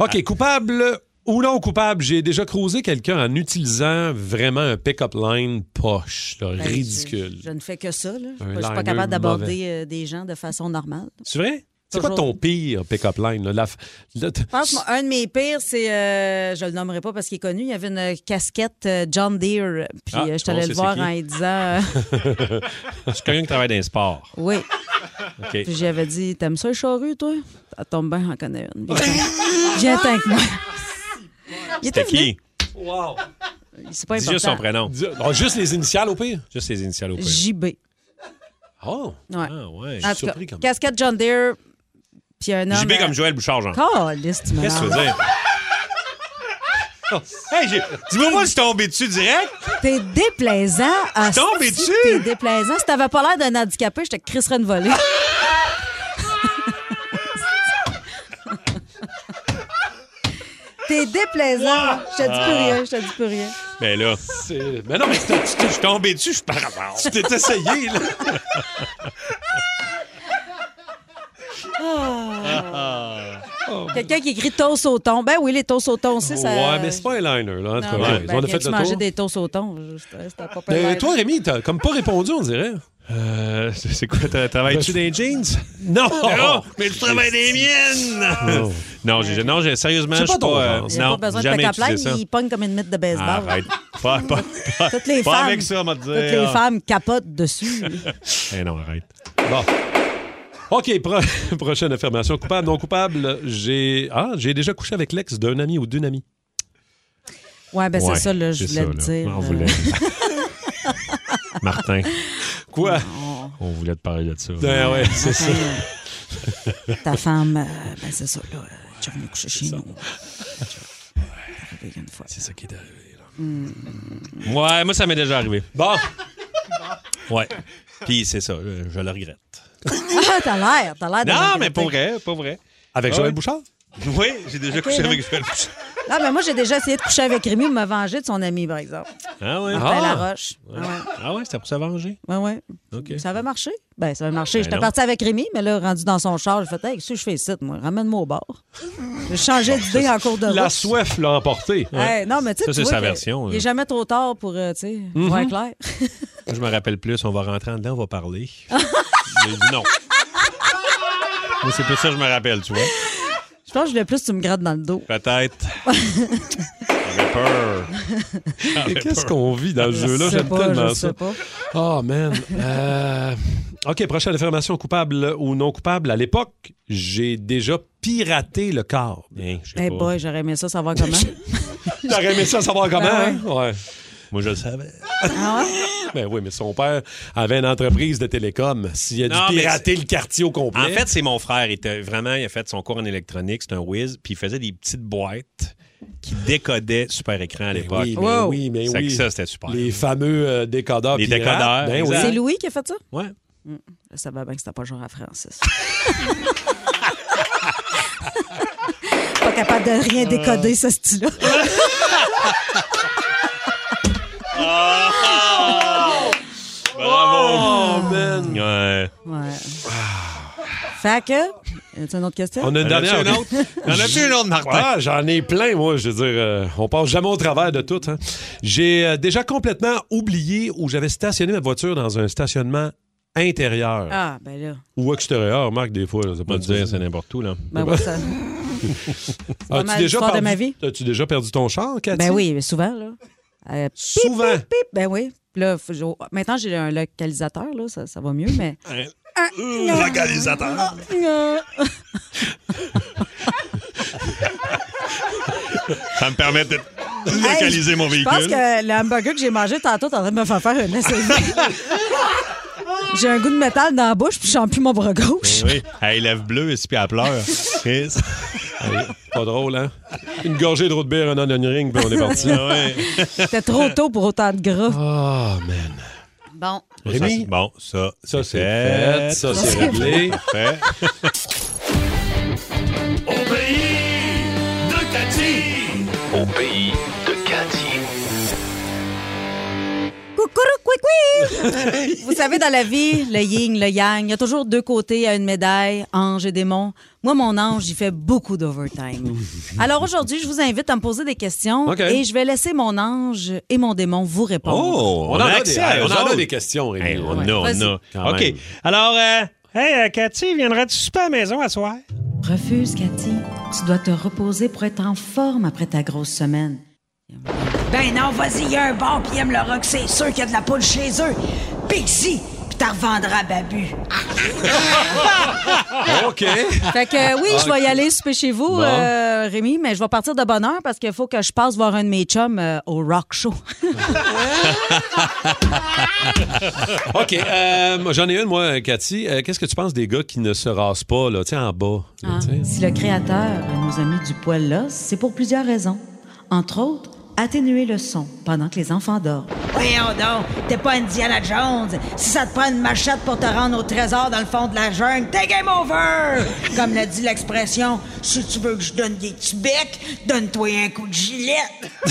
Speaker 4: OK, coupable ou non coupable, j'ai déjà croisé quelqu'un en utilisant vraiment un pick-up line poche, là,
Speaker 6: Ben,
Speaker 4: ridicule.
Speaker 6: Je, je ne fais que ça. là. Je
Speaker 4: Un
Speaker 6: ne suis
Speaker 4: liner
Speaker 6: pas capable d'aborder
Speaker 4: mauvais.
Speaker 6: euh, des gens de façon normale.
Speaker 4: C'est vrai? C'est quoi
Speaker 6: Toujours.
Speaker 4: ton pire pick-up line? là? La f- là, t-
Speaker 6: Je pense qu'un de mes pires, c'est, euh, je le nommerai pas parce qu'il est connu, il y avait une casquette euh, John Deere. Puis
Speaker 5: Ah,
Speaker 6: euh, je
Speaker 5: bon,
Speaker 6: t'allais
Speaker 5: c'est-
Speaker 6: le voir
Speaker 5: c'est
Speaker 6: en
Speaker 5: qui?
Speaker 6: lui disant, euh,
Speaker 5: C'est quelqu'un qui travaille dans les sports.
Speaker 6: oui.
Speaker 5: OK.
Speaker 6: Puis j'avais dit, t'aimes ça les charrues, toi? Ça tombe bien, j'en connais une. Viens viens avec moi. Il était
Speaker 5: C'était qui?
Speaker 4: Wow!
Speaker 6: C'est pas
Speaker 5: Dis
Speaker 6: important.
Speaker 5: juste son prénom.
Speaker 4: Oh, juste les initiales au pire?
Speaker 5: Juste les initiales au pire.
Speaker 6: JB. Ouais.
Speaker 4: Oh!
Speaker 5: Ah ouais.
Speaker 6: En tout cas, Casquette John Deere, puis un homme...
Speaker 5: JB comme Joël Bouchard, genre.
Speaker 6: Oh, liste, tu me
Speaker 5: Qu'est-ce que tu veux
Speaker 6: lances.
Speaker 5: dire? hey, j'ai- dis-moi moi, je suis tombé dessus direct.
Speaker 6: T'es déplaisant. Ah,
Speaker 5: Je suis tombé
Speaker 6: si,
Speaker 5: dessus.
Speaker 6: T'es déplaisant. Si t'avais pas l'air d'un handicapé, je te crisserais une volée. T'es déplaisant. Je te dis plus
Speaker 5: Ah.
Speaker 6: rien. Je te dis plus rien.
Speaker 5: Mais Ben là.
Speaker 4: Mais non, mais tu t'es- tu t'es-
Speaker 5: je suis tombé dessus, je suis par rapport.
Speaker 4: tu t'es essayé, là.
Speaker 6: Oh. Quelqu'un qui écrit toast au thon. Ben oui, les toasts au thon aussi, ça.
Speaker 4: Ouais, mais c'est pas un liner, là.
Speaker 6: Non,
Speaker 4: En tout cas,
Speaker 6: ben,
Speaker 4: ouais, on a
Speaker 6: viens-tu
Speaker 4: fait le
Speaker 6: manger
Speaker 4: tour.
Speaker 6: des toasts au thon. C'était- c'était pas
Speaker 4: Euh,
Speaker 6: pire.
Speaker 4: toi, Rémi, t'as comme pas répondu, on dirait.
Speaker 5: Euh, c'est quoi, travailles-tu dans les jeans?
Speaker 4: Non! Oh.
Speaker 5: Non, Oh, mais tu travailles des miennes! non, j'ai, non, j'ai, sérieusement, je
Speaker 6: C'est
Speaker 5: suis
Speaker 6: ton
Speaker 5: pas.
Speaker 6: genre.
Speaker 5: euh,
Speaker 6: Il n'y a
Speaker 5: non,
Speaker 6: pas besoin de
Speaker 5: jamais
Speaker 6: te
Speaker 5: utilisé
Speaker 6: plaindre,
Speaker 5: ça. Ah,
Speaker 6: il pogne comme une mythe de baseball.
Speaker 5: Arrête. Pas, pas, pas-
Speaker 6: Toutes les
Speaker 5: pas
Speaker 6: femmes.
Speaker 5: avec ça, on va te dire.
Speaker 4: eh,
Speaker 6: Toutes les
Speaker 4: ah.
Speaker 6: femmes capotent dessus.
Speaker 5: Eh non, arrête.
Speaker 4: Bon. OK, pro- prochaine affirmation. Coupable, non coupable, j'ai ah, j'ai déjà couché avec l'ex d'un ami ou d'une amie.
Speaker 6: Ouais, ben
Speaker 4: Ouais,
Speaker 6: c'est ça, là, je
Speaker 4: c'est
Speaker 6: voulais
Speaker 4: ça,
Speaker 6: te
Speaker 4: là.
Speaker 6: dire. euh.
Speaker 4: On voulait.
Speaker 5: Martin.
Speaker 4: Quoi?
Speaker 5: On voulait te parler de ça.
Speaker 4: Ben ouais, c'est ça.
Speaker 6: Ta femme, euh, ben c'est ça, là. euh, Tu es venu coucher chez nous.
Speaker 5: C'est ça qui est arrivé. Là. Ouais, moi, ça m'est déjà arrivé.
Speaker 4: Bon.
Speaker 5: Ouais. Puis c'est ça, euh, je, je le regrette.
Speaker 6: Ah, t'as l'air, t'as l'air de
Speaker 5: Non,
Speaker 6: regretter.
Speaker 5: mais pas vrai, pas vrai.
Speaker 4: Avec Joël
Speaker 5: Bouchard? Oui, j'ai déjà
Speaker 6: Ok,
Speaker 5: couché
Speaker 6: là.
Speaker 5: avec Joël Bouchard.
Speaker 6: Non, mais moi, j'ai déjà essayé de coucher avec Rémi pour me venger de son ami, par exemple.
Speaker 5: Ah ouais?
Speaker 6: Martin Laroche.
Speaker 5: Ouais.
Speaker 6: Ah ouais.
Speaker 5: Ah ouais, c'était pour se venger?
Speaker 6: Ouais, ouais.
Speaker 5: OK.
Speaker 6: Ça avait marché? Ben, ça avait marché.
Speaker 5: Ben
Speaker 6: J'étais
Speaker 5: non.
Speaker 6: partie avec Rémi, mais là, rendu dans son char, j'ai fait Hey, qu'est-ce que je fais ici, moi? Ramène-moi au bar. J'ai changé d'idée en cours de route.
Speaker 4: La soif l'a emporté.
Speaker 6: Hey, non, mais tu sais,
Speaker 5: Ça,
Speaker 6: tu
Speaker 5: c'est
Speaker 6: vois
Speaker 5: sa
Speaker 6: que
Speaker 5: version, euh. Mhm.
Speaker 6: Il
Speaker 5: là.
Speaker 6: n'est jamais trop tard pour, euh, tu sais, pour être clair.
Speaker 5: Je me rappelle plus, on va rentrer en dedans, on va parler. J'ai dit non. Moi, c'est plus ça que je me rappelle, tu vois.
Speaker 6: Je pense que je voulais plus que tu me grattes dans le dos.
Speaker 5: Peut-être. J'avais peur. J'avais
Speaker 4: Qu'est-ce
Speaker 5: peur.
Speaker 4: qu'on vit dans
Speaker 5: Je
Speaker 4: ce jeu-là?
Speaker 5: sais
Speaker 4: J'aime
Speaker 5: pas,
Speaker 4: tellement
Speaker 5: je sais
Speaker 4: ça.
Speaker 5: pas.
Speaker 4: Oh, man. Euh, OK, prochaine affirmation coupable ou non coupable. À l'époque, j'ai déjà piraté le corps.
Speaker 6: Eh boy, j'aurais aimé ça savoir comment.
Speaker 4: J'aurais aimé ça savoir comment.
Speaker 6: Ben
Speaker 4: hein? Ouais. Moi, je le savais.
Speaker 6: Ah ouais?
Speaker 4: Ben oui, mais son père avait une entreprise de télécom. S'il a dû
Speaker 5: Non, mais
Speaker 4: pirater
Speaker 5: c'est-
Speaker 4: le quartier au complet.
Speaker 5: En fait, c'est mon frère. Il était vraiment, il a fait son cours en électronique, c'est un whiz, puis il faisait des petites boîtes qui décodaient super écran à
Speaker 4: Ben
Speaker 5: l'époque.
Speaker 4: oui, mais Wow. oui, mais
Speaker 5: C'est
Speaker 4: oui.
Speaker 5: que ça, c'était super.
Speaker 4: les fameux euh, décodeurs.
Speaker 5: Les
Speaker 4: pirates,
Speaker 5: décodeurs,
Speaker 4: ben oui.
Speaker 6: C'est Louis qui a fait ça?
Speaker 5: Ouais.
Speaker 6: Je savais bien que c'était pas le genre à Francis. pas capable de rien décoder, ce style-là.
Speaker 5: Bravo!
Speaker 6: Oh, man.
Speaker 5: Ouais.
Speaker 6: Ouais. Fait que. Y a-t-il une autre question?
Speaker 4: On a une dernière.
Speaker 5: Ben, une autre? Y'en a-tu une autre, Martin?
Speaker 4: Ah, J'en ai plein, moi. Je veux dire, euh, on passe jamais au travers de tout. hein. J'ai euh, déjà complètement oublié où j'avais stationné ma voiture dans un stationnement intérieur
Speaker 6: Ah, ben là.
Speaker 4: ou extérieur. Remarque, des fois, là, c'est pas dire,
Speaker 5: c'est n'importe où. Là.
Speaker 6: Ben oui, ça. pas mal l'histoire de ma vie.
Speaker 4: As-tu déjà perdu ton char, Cathy?
Speaker 6: Ben oui, mais souvent, là. Euh, pip,
Speaker 4: Souvent.
Speaker 6: pip, pip. ben oui. Puis Là, faut- j'ai- maintenant, j'ai un localisateur, là, ça, ça va mieux, mais.
Speaker 5: Localisateur. Ça me permet de localiser
Speaker 6: Hey,
Speaker 5: mon
Speaker 6: Je pense
Speaker 5: véhicule.
Speaker 6: que le hamburger que j'ai mangé tantôt, t'es en train de me faire faire une SSD. j'ai un goût de métal dans la bouche, puis je sens plus mon bras gauche.
Speaker 5: Ben Oui, elle lève bleue et puis elle pleure. Chris.
Speaker 4: Pas drôle, hein? Une gorgée de route bière, un onion ring, puis on est parti.
Speaker 5: Ah ouais.
Speaker 6: C'était trop tôt pour autant de gras.
Speaker 4: Oh, man.
Speaker 6: Bon.
Speaker 4: Rémi?
Speaker 5: Ça, c'est- bon, ça,
Speaker 4: Ça, c'est fait. Ça, c'est réglé.
Speaker 5: Fait.
Speaker 15: Au pays de Cathy! Au pays de Cathy.
Speaker 6: Coucourou, couicoui! Vous savez, dans la vie, le yin, le yang, il y a toujours deux côtés à une médaille, ange et démon. Moi, mon ange, il fait beaucoup d'overtime. Alors aujourd'hui, je vous invite à me poser des questions
Speaker 4: OK.
Speaker 6: et je vais laisser mon ange et mon démon vous répondre.
Speaker 5: Oh,
Speaker 4: On en a
Speaker 5: accès
Speaker 4: des-
Speaker 5: à
Speaker 4: on
Speaker 5: eux
Speaker 4: en a
Speaker 5: autres.
Speaker 4: des questions, Rémi.
Speaker 5: Hey, on
Speaker 4: Ouais.
Speaker 5: a, on
Speaker 4: Vas-y.
Speaker 5: a.
Speaker 4: Quand
Speaker 5: OK.
Speaker 4: même.
Speaker 5: Alors, euh, hey, euh, Cathy, viendras-tu super à la maison à soir?
Speaker 6: Refuse, Cathy. Tu dois te reposer pour être en forme après ta grosse semaine.
Speaker 16: Ben non, vas-y, y a un bar pis aime le rock, c'est sûr qu'il y a de la poule chez eux. Pixie, pis t'en revendras à Babu.
Speaker 4: OK.
Speaker 6: Fait que euh, oui, je vais y aller souper chez vous,
Speaker 4: Bon.
Speaker 6: euh, Rémi, mais je vais partir de bonne heure parce qu'il faut que je passe voir un de mes chums euh, au rock show.
Speaker 4: OK. euh, J'en ai une, moi, Cathy. Euh, Qu'est-ce que tu penses des gars qui ne se rasent pas, là, tu sais, en bas?
Speaker 6: Ah, si le créateur nous a mis du poil là, c'est pour plusieurs raisons. Entre autres, atténuer le son pendant que les enfants dorment.
Speaker 16: Voyons donc, t'es pas Indiana Jones. Si ça te prend une machette pour te rendre au trésor dans le fond de la jungle, t'es game over! Comme l'a dit l'expression, si tu veux que je donne des petits becs, donne-toi un coup de gilet.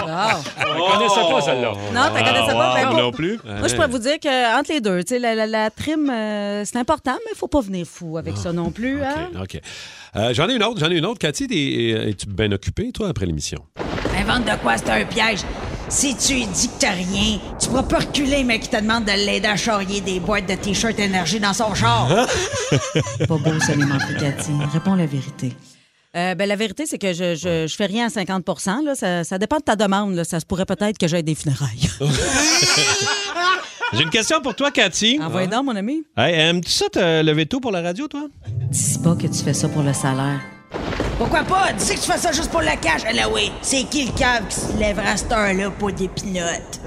Speaker 4: On connaissait Ah! pas, celle-là.
Speaker 6: Non, t'en connaissais
Speaker 4: Ah,
Speaker 6: pas. ben, pour- Moi, je pourrais
Speaker 4: Ouais.
Speaker 6: vous dire qu'entre les deux, tu sais, la, la- la trim, euh, c'est important, mais faut pas venir fou avec ça non plus. hein.
Speaker 4: Ah, OK. Euh, j'en ai une autre, j'en ai une autre. Cathy, t'es- euh, es-tu bien occupée, toi, après l'émission?
Speaker 16: Invente de quoi, c'est un piège. Si tu lui dis que t'as rien, tu pourras pas reculer, mais qui te demande de l'aider à charrier des boîtes de t-shirts énergie dans son char.
Speaker 4: Hein?
Speaker 6: Pas beau, ça, les Cathy. Réponds la vérité. Euh, ben, la vérité, c'est que je, je, je fais rien à 50 là. Ça, ça dépend de ta demande. là. Ça se pourrait peut-être que j'aille à des funérailles.
Speaker 5: J'ai une question pour toi,
Speaker 4: Ah,
Speaker 5: Cathy.
Speaker 6: Envoyez
Speaker 4: hein?
Speaker 6: donc, mon ami.
Speaker 5: Hey, aimes-tu ça, te lever tôt pour la radio, toi?
Speaker 6: Dis pas que tu fais ça pour le salaire.
Speaker 16: Pourquoi pas? Tu sais que tu fais ça juste pour la cash. Ah là oui, c'est qui le cave qui se lèvera à cette heure-là pour des pinottes?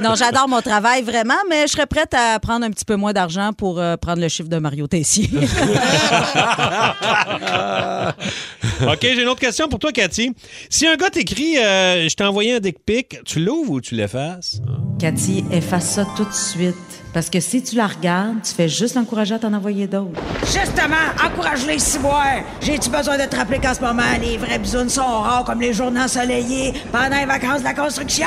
Speaker 6: Non, j'adore mon travail vraiment, mais je serais prête à prendre un petit peu moins d'argent pour euh, prendre le chiffre de Mario Tessier.
Speaker 5: OK, j'ai une autre question pour toi, Cathy. Si un gars t'écrit euh, Je t'ai envoyé un dick pic, tu l'ouvres ou tu l'effaces?
Speaker 6: Cathy, efface ça tout de suite. Parce que si tu la regardes, tu fais juste l'encourager à t'en envoyer d'autres.
Speaker 16: Justement, encourage-les si J'ai-tu besoin de te rappeler qu'en ce moment, les vrais bisounes sont rares comme les journées ensoleillées pendant les vacances de la construction?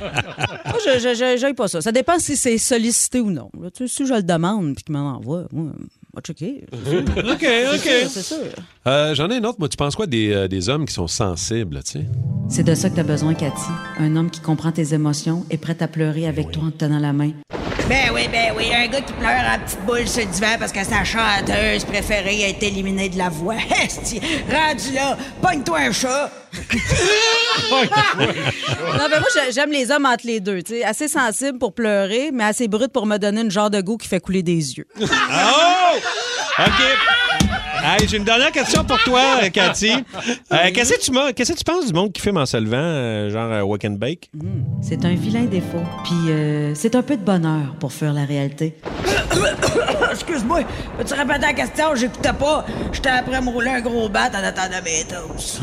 Speaker 6: Moi, je, je, je- j'aille pas ça. Ça dépend si c'est sollicité ou non. Là, tu sais, si je le demande puis qu'il m'en envoie, moi, on va checker.
Speaker 5: OK,
Speaker 6: OK. C'est sûr.
Speaker 4: Euh, J'en ai une autre. Moi, tu penses quoi des, euh, des hommes qui sont sensibles, tu sais?
Speaker 6: C'est de ça que t'as besoin, Cathy. Un homme qui comprend tes émotions est prêt à pleurer avec toi en te tenant la main.
Speaker 16: Ben oui, ben oui, un gars qui pleure en petite boule sur le divan parce que sa chanteuse préférée a été éliminée de la voix. Esti, rendu là, pogne-toi un chat.
Speaker 6: Non, mais moi, je- j'aime les hommes entre les deux. tu sais, Assez sensible pour pleurer, mais assez brut pour me donner une genre de goût qui fait couler des yeux.
Speaker 5: Oh! OK. Hey, j'ai une dernière question pour toi, euh, Cathy. Euh, qu'est-ce, que tu m'as- qu'est-ce que tu penses du monde qui filme en se levant, euh, genre euh, Wake and Bake?
Speaker 6: C'est un vilain défaut. Puis euh, c'est un peu de bonheur pour fuir la réalité.
Speaker 16: Excuse-moi, peux-tu répéter la question? J'écoutais pas. J'étais après me rouler un gros bat en attendant mes toasts.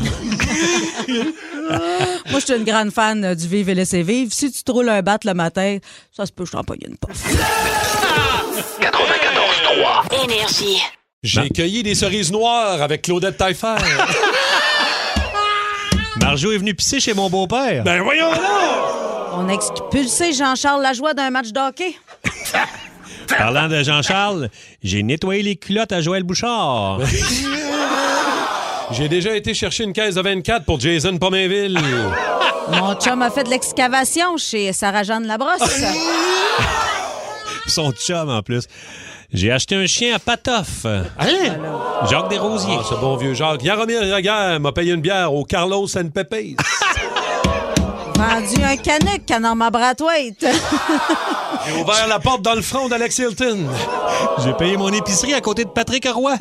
Speaker 6: Moi, je suis une grande fan euh, du Vive et laissez vivre. Si tu te roules un bat le matin, ça se peut, je t'en pogne une pof.
Speaker 1: 94.3 Énergie.
Speaker 4: J'ai cueilli des cerises noires avec Claudette Taillefer.
Speaker 5: Marjo est venue pisser chez mon beau-père.
Speaker 4: Ben voyons là!
Speaker 6: On a expulsé Jean-Charles Lajoie d'un match d'hockey.
Speaker 5: Parlant de Jean-Charles, j'ai nettoyé les culottes à Joël Bouchard.
Speaker 4: Ben, J'ai déjà été chercher une caisse de 24 pour Jason Pomainville.
Speaker 6: Mon chum a fait de l'excavation chez Sarah-Jeanne Labrosse.
Speaker 5: Son chum, en plus. J'ai acheté un chien à Patoff. Jacques Desrosiers.
Speaker 4: Ah, ce bon vieux Jacques. Yaromir Yaguerre m'a payé une bière au Carlos San Pepe.
Speaker 6: Vendu un canuc à Norma Brathwaite.
Speaker 4: J'ai ouvert la porte dans le front d'Alex Hilton.
Speaker 5: J'ai payé mon épicerie à côté de Patrick Roy.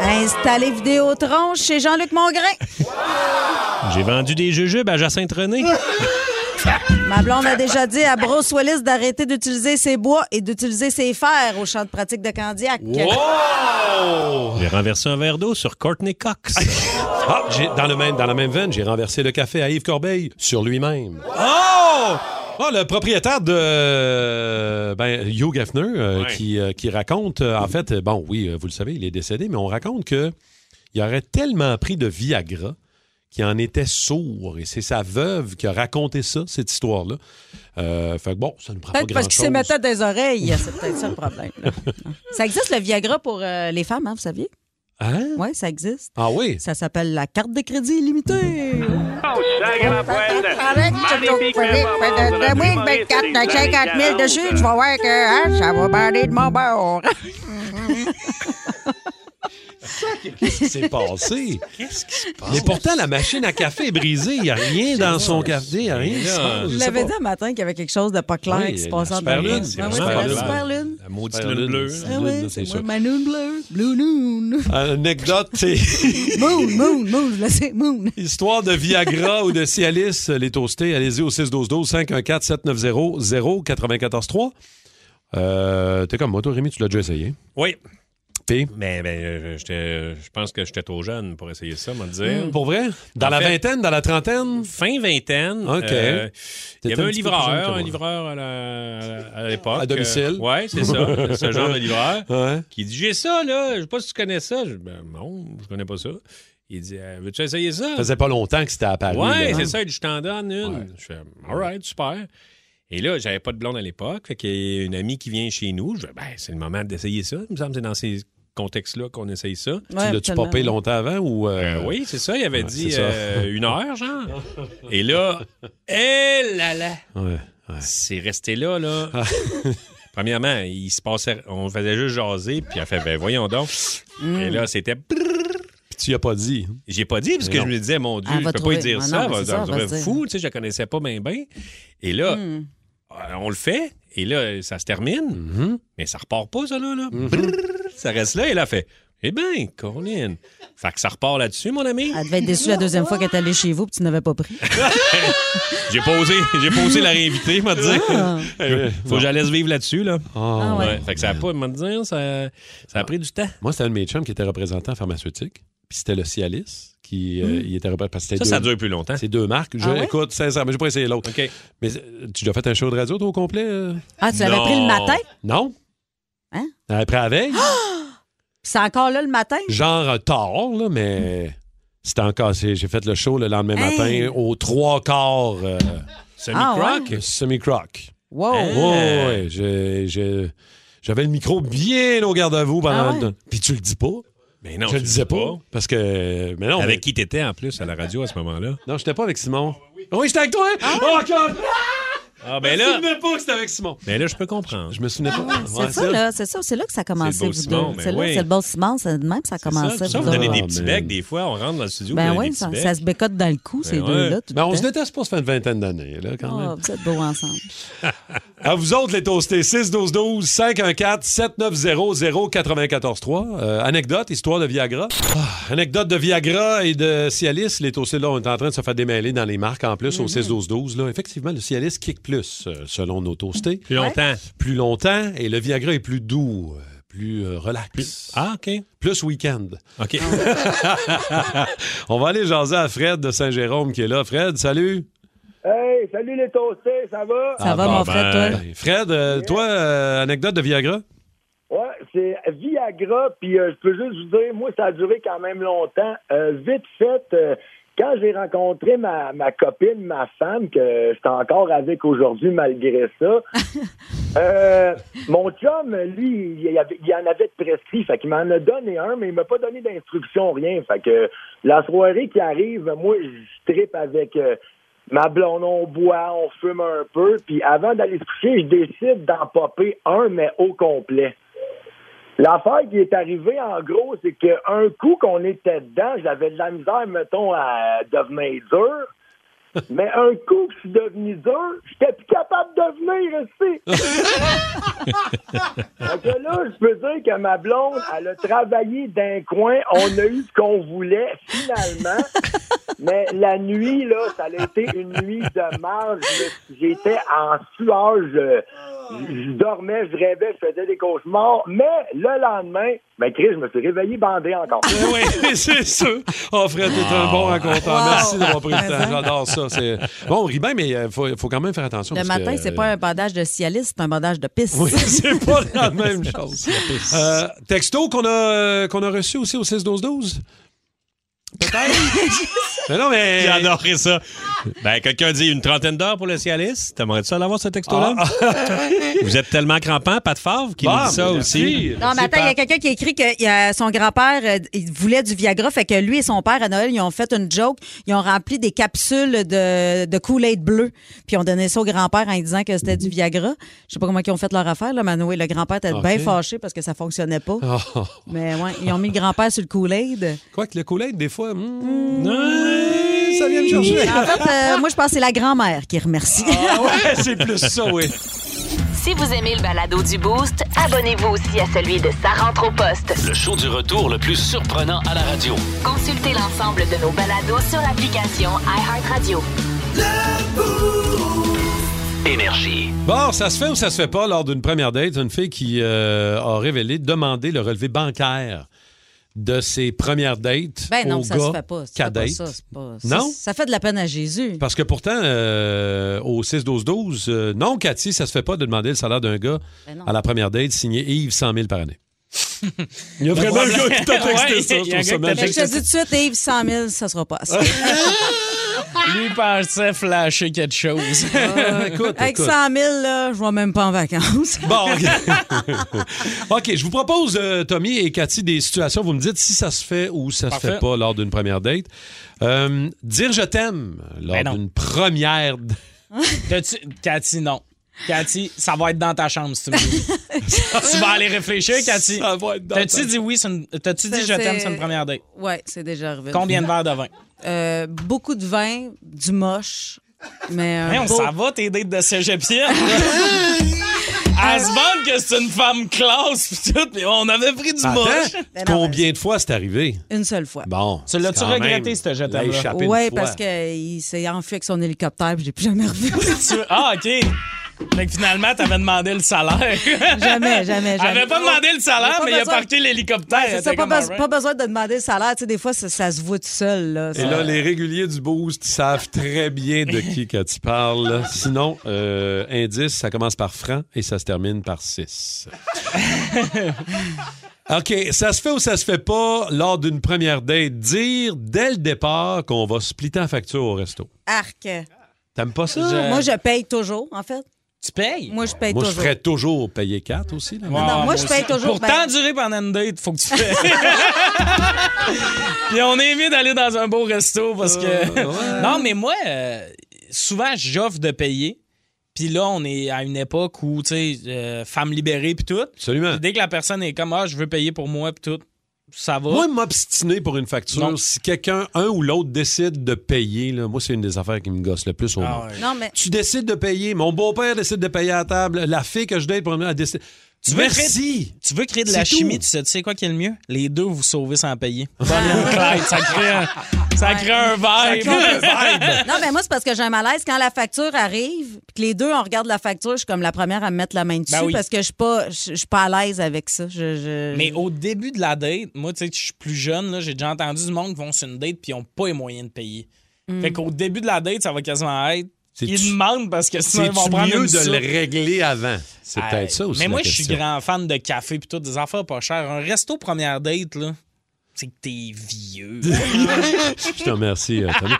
Speaker 6: Installé Vidéotron chez Jean-Luc Mongrain.
Speaker 4: Ah.
Speaker 5: J'ai vendu des jujubes à Jacinthe René.
Speaker 6: Ma blonde a déjà dit à Bruce Willis d'arrêter d'utiliser ses bois et d'utiliser ses fers au champ de pratique de Candiac.
Speaker 5: J'ai renversé un verre d'eau sur Courtney Cox.
Speaker 4: Ah, j'ai- dans, le même, dans la même veine, j'ai renversé le café à Yves Corbeil sur lui-même.
Speaker 5: Oh!
Speaker 4: Ah, le propriétaire de euh, ben, Hugh Gaffner euh,
Speaker 5: Ouais.
Speaker 4: qui, euh, qui raconte, euh, en fait, euh, bon, oui, euh, vous le savez, il est décédé, mais on raconte que il aurait tellement pris de Viagra qu'il en était sourd. Et c'est sa veuve qui a raconté ça, cette histoire-là. Euh, fait que bon, ça ne prend pas
Speaker 6: Peut-être parce qu'il s'est
Speaker 4: grand-chose.
Speaker 6: mettait des oreilles. C'est peut-être ça le problème. là. Ça existe le Viagra pour euh, les femmes, hein, vous saviez?
Speaker 4: Hein?
Speaker 6: Oui, ça existe.
Speaker 4: Ah oui?
Speaker 6: Ça s'appelle la carte de crédit illimitée.
Speaker 10: Oh,
Speaker 17: Avec
Speaker 10: Magnifique performance de notre
Speaker 17: oui,
Speaker 10: humoriste
Speaker 17: 24,
Speaker 10: des années
Speaker 17: 50 000 dessus, tu vas voir que hein, ça va bander de mon bord.
Speaker 4: Qu'est-ce qui s'est passé?
Speaker 5: Qu'est-ce qui se
Speaker 4: Mais pourtant, la machine à café est brisée. Il n'y a rien dans son café. Il n'y a rien qui se passe.
Speaker 6: Je
Speaker 4: Je sais
Speaker 6: l'avais
Speaker 4: pas.
Speaker 6: dit un matin qu'il y avait quelque chose de pas clair
Speaker 4: Oui,
Speaker 6: qui se
Speaker 4: la
Speaker 6: passait en
Speaker 4: super lune,
Speaker 6: Berlin.
Speaker 4: c'est
Speaker 6: Ah
Speaker 4: la
Speaker 6: oui,
Speaker 4: super
Speaker 6: c'est la super
Speaker 4: lune.
Speaker 6: lune.
Speaker 4: La maudite lune bleue.
Speaker 6: Ah oui,
Speaker 4: c'est
Speaker 6: c'est
Speaker 4: sûr.
Speaker 6: ma lune bleue, blue noon.
Speaker 4: Anecdote, c'est
Speaker 6: Moon, moon, moon, je le sais, moon.
Speaker 4: histoire de Viagra ou de Cialis, les toastés. Allez-y au 612-12-514-790-094-3. Euh, T'es comme moi, toi, Rémi, tu l'as déjà essayé.
Speaker 5: Oui.
Speaker 4: Puis?
Speaker 5: Mais ben, euh, j'étais- je pense que j'étais trop jeune pour essayer ça, me dire.
Speaker 4: Pour vrai? Dans
Speaker 5: En
Speaker 4: la
Speaker 5: fait-
Speaker 4: vingtaine, dans la trentaine?
Speaker 5: Fin vingtaine.
Speaker 4: OK.
Speaker 5: euh, il y
Speaker 4: T'étais
Speaker 5: avait
Speaker 4: un
Speaker 5: un
Speaker 4: petit peu plus jeune que
Speaker 5: livreur,
Speaker 4: moi.
Speaker 5: un livreur à la- à l'époque.
Speaker 4: À domicile.
Speaker 5: oui, c'est ça. ce genre de livreur.
Speaker 4: Ouais. hein?
Speaker 5: Qui dit J'ai ça, là. Je sais pas si tu connais ça. Je, dis, ben, non, je connais pas ça. Il dit Euh, Veux-tu essayer ça?
Speaker 4: Ça faisait pas longtemps que c'était à Paris.
Speaker 5: Ouais,
Speaker 4: là. hein?
Speaker 5: c'est ça. Il dit, je t'en donne une. Je fais, all right, super. Et là, j'avais pas de blonde à l'époque. Fait qu'il y a une amie qui vient chez nous. Je fais, ben, c'est le moment d'essayer ça. Il me semble que c'est dans ces contextes-là qu'on essaye ça.
Speaker 4: Tu l'as-tu popé longtemps avant ou. euh,
Speaker 5: Euh, oui, c'est ça. Il avait
Speaker 4: ouais,
Speaker 5: dit
Speaker 4: c'est ça.
Speaker 5: euh, une heure, genre. Et là, hé là là,
Speaker 4: Ouais.
Speaker 5: c'est resté là, là. Premièrement, il se passait, on faisait juste jaser, puis elle fait, ben voyons donc. Et là, c'était. Puis
Speaker 4: tu y as pas dit.
Speaker 5: J'ai pas dit, parce que
Speaker 4: Non.
Speaker 5: je me disais, mon Dieu,
Speaker 4: Elle
Speaker 5: je
Speaker 4: va
Speaker 5: peux
Speaker 4: trouver.
Speaker 5: pas dire
Speaker 4: Ah
Speaker 5: ça.
Speaker 4: non,
Speaker 5: elle va-
Speaker 4: c'est ça,
Speaker 5: elle va
Speaker 4: elle va
Speaker 5: trouver
Speaker 4: se dire. Hmm.
Speaker 5: fou, tu sais, je la connaissais pas bien, bien. Et là, euh, on le fait,
Speaker 4: Mm-hmm.
Speaker 5: et là, ça se termine, mais ça repart pas, ça, là. là. Brrr, ça reste là, et là, elle fait. Eh bien, Colin. Fait que ça repart là-dessus, mon ami.
Speaker 6: Elle devait être déçue la deuxième fois qu'elle est allée chez vous et tu n'avais pas pris.
Speaker 5: J'ai posé, j'ai posé la réinvitée, m'a dit.
Speaker 6: Ah.
Speaker 5: Faut que je la laisse vivre là-dessus, là.
Speaker 4: Ah ouais.
Speaker 5: Fait que ça a pas, m'a dit, ça, ça a pris du temps.
Speaker 4: Moi, c'était un de mes chums qui était représentant pharmaceutique. Puis c'était le Cialis qui euh,
Speaker 5: Mm.
Speaker 4: il était représentant. parce que c'était
Speaker 5: Ça, ça
Speaker 4: deux-
Speaker 5: dure plus longtemps.
Speaker 4: C'est deux marques. Je,
Speaker 5: Ah ouais?
Speaker 4: Écoute, sincèrement, j'ai pas essayé l'autre. Mais euh, tu as fait un show de radio, toi, au complet? euh?
Speaker 6: Ah, tu l'avais pris le
Speaker 4: Non.
Speaker 6: matin?
Speaker 4: Non.
Speaker 6: Hein?
Speaker 4: Elle avait pris la veille.
Speaker 6: C'est encore là le matin?
Speaker 4: genre euh, tard, là, mais c'était encore. c'est- J'ai fait le show le lendemain
Speaker 6: Hey.
Speaker 4: matin aux trois quarts. euh,
Speaker 6: Semi-croc?
Speaker 4: Ah ouais? Semi-croc.
Speaker 6: Wow.
Speaker 4: Ouais, ouais, j'ai- j'ai- J'avais le micro bien au garde-à-vous pendant.
Speaker 5: Ah ouais?
Speaker 4: le- Puis tu le dis pas.
Speaker 5: Mais non,
Speaker 4: je
Speaker 5: tu
Speaker 4: le
Speaker 5: le
Speaker 4: disais
Speaker 5: dis
Speaker 4: pas.
Speaker 5: pas.
Speaker 4: Parce que. Mais non.
Speaker 5: Avec Ah
Speaker 4: mais-
Speaker 5: qui t'étais en plus à la radio à ce moment-là?
Speaker 4: Non, j'étais pas avec Simon. Oui, j'étais avec toi! Oh, God!
Speaker 5: Ah, ben
Speaker 4: Je
Speaker 5: là.
Speaker 4: me souvenais pas que c'était avec Simon.
Speaker 5: Ben là, je peux comprendre.
Speaker 4: Je me souvenais pas.
Speaker 6: C'est ça, là. C'est ça. C'est là que ça a
Speaker 5: C'est
Speaker 6: commencé,
Speaker 5: le beau
Speaker 6: vous
Speaker 5: Simon,
Speaker 6: deux.
Speaker 5: mais
Speaker 6: C'est là,
Speaker 5: oui.
Speaker 6: c'est le bon Simon. C'est de même, que ça a
Speaker 5: Ça,
Speaker 6: commencé.
Speaker 5: ça,
Speaker 6: vous
Speaker 5: vous donnez
Speaker 6: deux.
Speaker 5: des petits becs des fois. On rentre dans le studio.
Speaker 6: ah, Ben
Speaker 5: vous donnez
Speaker 6: oui,
Speaker 5: des
Speaker 6: ça,
Speaker 5: petits
Speaker 6: ça
Speaker 5: becs.
Speaker 6: se bécote dans le cou, ces
Speaker 5: ouais.
Speaker 6: deux-là.
Speaker 4: Ben, on se déteste pas, ça fait une vingtaine d'années, là, quand même.
Speaker 6: Ah, vous êtes beaux ensemble.
Speaker 4: À vous autres, les toastés, 6-12-12, 514-7900-943. Euh, anecdote, histoire de Viagra. Ah, anecdote de Viagra et de Cialis. Les toastés, là, on est en train de se faire démêler dans les marques en plus
Speaker 6: Mm-hmm.
Speaker 5: Mhm.
Speaker 4: au 6-12-12. là. Effectivement, le Cialis kick plus, euh, selon nos toastés.
Speaker 5: Plus longtemps.
Speaker 4: Plus longtemps, et le Viagra est plus doux, euh, plus euh, relax.
Speaker 5: Ah, OK.
Speaker 4: Plus week-end.
Speaker 5: OK.
Speaker 6: Ah
Speaker 4: on va aller jaser à Fred de Saint-Jérôme qui est là. Fred, salut.
Speaker 18: Hey, salut les toastés, ça va?
Speaker 4: Ah, bon, ben, Fred, euh, toi, euh, anecdote de Viagra?
Speaker 18: Ouais, c'est Viagra, puis euh, je peux juste vous dire, moi, ça a duré quand même longtemps. Euh, vite fait, euh, quand j'ai rencontré ma, ma copine, ma femme, que j'étais encore avec aujourd'hui malgré ça, euh, mon chum, lui, il, y avait- il en avait de prescrit, fait qu'il m'en a donné un, mais il m'a pas donné d'instruction, rien. Fait que la soirée qui arrive, moi, je tripe avec... euh, Ma blonde, on boit, on fume un peu, puis avant d'aller se coucher, je décide d'en popper un, mais au complet. L'affaire qui est arrivée, en gros, c'est qu'un coup qu'on était dedans, j'avais de la misère, mettons, à devenir dur. Mais un coup que je suis devenu dur, j'étais plus capable de venir ici. Fait que là, je peux dire que ma blonde, elle a travaillé d'un coin, on a eu ce qu'on voulait finalement. Mais la nuit, là, ça a été une nuit de marge. J'étais en sueur, je, je dormais, je rêvais, je faisais des cauchemars. Mais le lendemain, ben Chris, je me suis réveillé bandé encore.
Speaker 4: oui, c'est sûr. Oh, Fred, t'es un bon raconteur.
Speaker 6: Wow.
Speaker 4: Merci d'avoir pris le
Speaker 6: Mais
Speaker 4: temps.
Speaker 6: ça.
Speaker 4: J'adore ça. C'est... Bon, on rit bien, mais il faut, faut quand même faire attention.
Speaker 6: Le
Speaker 4: parce
Speaker 6: matin,
Speaker 4: que, euh,
Speaker 6: c'est pas un bandage de Cialis, c'est un bandage de pisse.
Speaker 4: Oui, c'est pas la même chose. Euh, texto qu'on a, euh, qu'on a reçu aussi au 6-12-12. Mais non, mais.
Speaker 5: J'ai adoré ça. Ben, quelqu'un dit une trentaine d'heures pour le Cialis. T'aimerais-tu ça l'avoir, ce texto-là? Vous êtes tellement crampant, Pat Favre, qui
Speaker 4: Ah. Bon, ben,
Speaker 5: nous dit ça
Speaker 4: merci.
Speaker 5: aussi.
Speaker 6: Non, mais attends, il y a quelqu'un qui a écrit que euh, son grand-père euh, il voulait du Viagra, fait que lui et son père à Noël, ils ont fait une joke. Ils ont rempli des capsules de, de Kool-Aid bleu, puis ils ont donné ça au grand-père en lui disant que c'était du Viagra. Je sais pas comment ils ont fait leur affaire, là, Manoé. Le grand-père était
Speaker 4: Ah, Ok.
Speaker 6: bien fâché parce que ça fonctionnait pas.
Speaker 4: Oh.
Speaker 6: Mais ouais, ils ont mis le grand-père sur le Kool-Aid.
Speaker 4: Quoi que le Kool-Aid, des fois,
Speaker 6: Mm.
Speaker 4: hmm, ouais, ça vient me chercher.
Speaker 6: En fait, euh, moi, je pense que c'est la grand-mère qui remercie.
Speaker 4: Ah ouais, c'est plus ça, oui.
Speaker 1: Si vous aimez le balado du Boost, abonnez-vous aussi à celui de Sa rentre au poste.
Speaker 15: Le show du retour le plus surprenant à la radio.
Speaker 1: Consultez l'ensemble de nos balados sur l'application iHeartRadio.
Speaker 15: Énergie.
Speaker 4: Bon, ça se fait ou ça se fait pas lors d'une première date, une fille qui euh, a révélé demander le relevé bancaire de ses premières dates.
Speaker 6: Ben non,
Speaker 4: au
Speaker 6: ça
Speaker 4: gars
Speaker 6: se fait pas.
Speaker 4: qu'à
Speaker 6: C'est pas
Speaker 4: date.
Speaker 6: ça. c'est pas- ça-
Speaker 4: Non?
Speaker 6: Ça fait de la peine à Jésus.
Speaker 4: Parce que pourtant, euh, au 6-12-12, euh, non, Cathy, ça se fait pas de demander le salaire d'un gars
Speaker 6: Ben non.
Speaker 4: à la première date signé Yves 100 000 par année. Il y a
Speaker 11: Le
Speaker 4: vraiment un gars
Speaker 11: problème-
Speaker 4: qui t'a texté
Speaker 11: Ouais,
Speaker 4: ça.
Speaker 11: il y a un
Speaker 4: Je trouve
Speaker 11: gars
Speaker 4: ça
Speaker 11: qui t'a
Speaker 6: Fait que Ben, je te
Speaker 4: magique.
Speaker 6: dis tout de suite, Yves, 100 000, ça sera pas assez.
Speaker 4: Ah,
Speaker 11: Lui pensait flasher quelque chose.
Speaker 6: Avec 100 000, là, je vais même pas en vacances.
Speaker 4: Bon, OK, je vous propose, euh, Tommy et Cathy, des situations. Vous me dites si ça se fait ou ça se
Speaker 11: Parfait.
Speaker 4: fait pas lors d'une première date. Euh, dire je t'aime lors
Speaker 11: Ben non.
Speaker 4: d'une première d-
Speaker 11: T'as-tu- Cathy, non. Cathy, ça va être dans ta chambre si tu me dis. tu vas aller réfléchir, Cathy.
Speaker 4: Ça va être dans ta-
Speaker 11: T'as-tu dit oui, sur une- t'as-tu dit
Speaker 6: Ça,
Speaker 11: je t'aime
Speaker 6: c'est-
Speaker 11: sur une première date?
Speaker 6: ouais, c'est déjà arrivé.
Speaker 11: Combien de verres de vin?
Speaker 6: Euh, beaucoup de vin, du moche, mais un
Speaker 11: Hey, on
Speaker 6: beau-
Speaker 11: s'en va, tes dates de cégepienne. À se vendre que c'est une femme classe, pis tout, pis on avait pris du
Speaker 4: Attends,
Speaker 11: moche.
Speaker 4: combien de fois c'est arrivé?
Speaker 6: Une seule fois.
Speaker 4: Bon.
Speaker 11: Tu l'as-tu regretté, ce jeton-là?
Speaker 4: Oui,
Speaker 6: Oui, parce qu'il s'est enfui avec son hélicoptère, puis je l'ai plus jamais revu.
Speaker 11: Tu- Ah, OK. Fait que finalement, t'avais demandé le salaire.
Speaker 6: Jamais, jamais, jamais.
Speaker 11: T'avais pas demandé le salaire,
Speaker 6: Pas
Speaker 11: mais il a
Speaker 6: besoin-
Speaker 11: parqué l'hélicoptère.
Speaker 6: Ouais, c'est ça,
Speaker 11: T'es
Speaker 6: pas,
Speaker 11: comme,
Speaker 6: bes-
Speaker 11: alright.
Speaker 6: pas besoin de demander le salaire. Tu sais, des fois, ça, ça se voit tout seul. Là,
Speaker 4: Et
Speaker 6: Ça-
Speaker 4: là, les réguliers du Boost savent très bien de qui que tu parles. Sinon, euh, indice, ça commence par franc et ça se termine par 6. OK, ça se fait ou ça se fait pas lors d'une première date. Dire dès le départ qu'on va splitter en facture au resto.
Speaker 6: Arc.
Speaker 4: T'aimes pas ça?
Speaker 6: Ah, Moi, je paye toujours, en fait.
Speaker 11: Tu payes?
Speaker 6: Moi, je paye
Speaker 4: Moi, je
Speaker 6: toujours.
Speaker 4: ferais toujours payer 4 aussi. là.
Speaker 11: Ah,
Speaker 6: moi, je paye toujours,
Speaker 11: Pour
Speaker 6: ben-
Speaker 11: t'endurer pendant une date, faut que tu fasses. Puis on est mieux d'aller dans un beau resto parce que. Non, mais moi, euh, souvent, j'offre de payer. Puis là, on est à une époque où, tu sais, euh, femme libérée, puis tout.
Speaker 4: Absolument.
Speaker 11: dès que la personne est comme, ah, je veux payer pour moi, puis tout, ça va.
Speaker 4: Moi, m'obstiner pour une facture,
Speaker 11: Non.
Speaker 4: si quelqu'un, un ou l'autre, décide de payer, là, moi, c'est une des affaires qui me gosse le plus au monde.
Speaker 6: Non, mais.
Speaker 4: Tu décides de payer. Mon beau-père décide de payer à la table. La fille que je date, pour elle décide.
Speaker 11: Tu veux
Speaker 4: Merci.
Speaker 11: créer- tu veux créer de la
Speaker 4: C'est
Speaker 11: chimie,
Speaker 4: tout.
Speaker 11: tu sais, tu sais quoi qui est le mieux? Les deux, vous sauvez sans payer. Bonne Clyde, ça crée un, ça crée un vibe.
Speaker 6: non, mais moi, c'est parce que j'ai un malaise. Quand la facture arrive, puis que les deux, on regarde la facture, je suis comme la première à me mettre la main dessus
Speaker 11: Ben oui.
Speaker 6: parce que je suis pas, je, je suis pas à l'aise avec ça. Je, je-
Speaker 11: Mais au début de la date, moi, tu sais, je suis plus jeune, là, j'ai déjà entendu du monde qui vont sur une date puis ils n'ont pas les moyens de payer.
Speaker 6: Mm.
Speaker 11: Fait qu'au début de la date, ça va quasiment être.
Speaker 4: C'est-tu-
Speaker 11: Ils demandent parce que sinon
Speaker 4: C'est
Speaker 11: ils vont prendre
Speaker 4: mieux
Speaker 11: une
Speaker 4: de
Speaker 11: soupe.
Speaker 4: le régler avant. C'est
Speaker 11: Euh,
Speaker 4: peut-être ça aussi.
Speaker 11: Mais
Speaker 4: la
Speaker 11: moi, je suis
Speaker 4: question.
Speaker 11: grand fan de café puis tout, des affaires pas chères. Un resto première date, là, c'est que t'es vieux.
Speaker 4: Je te remercie, euh, Tommy.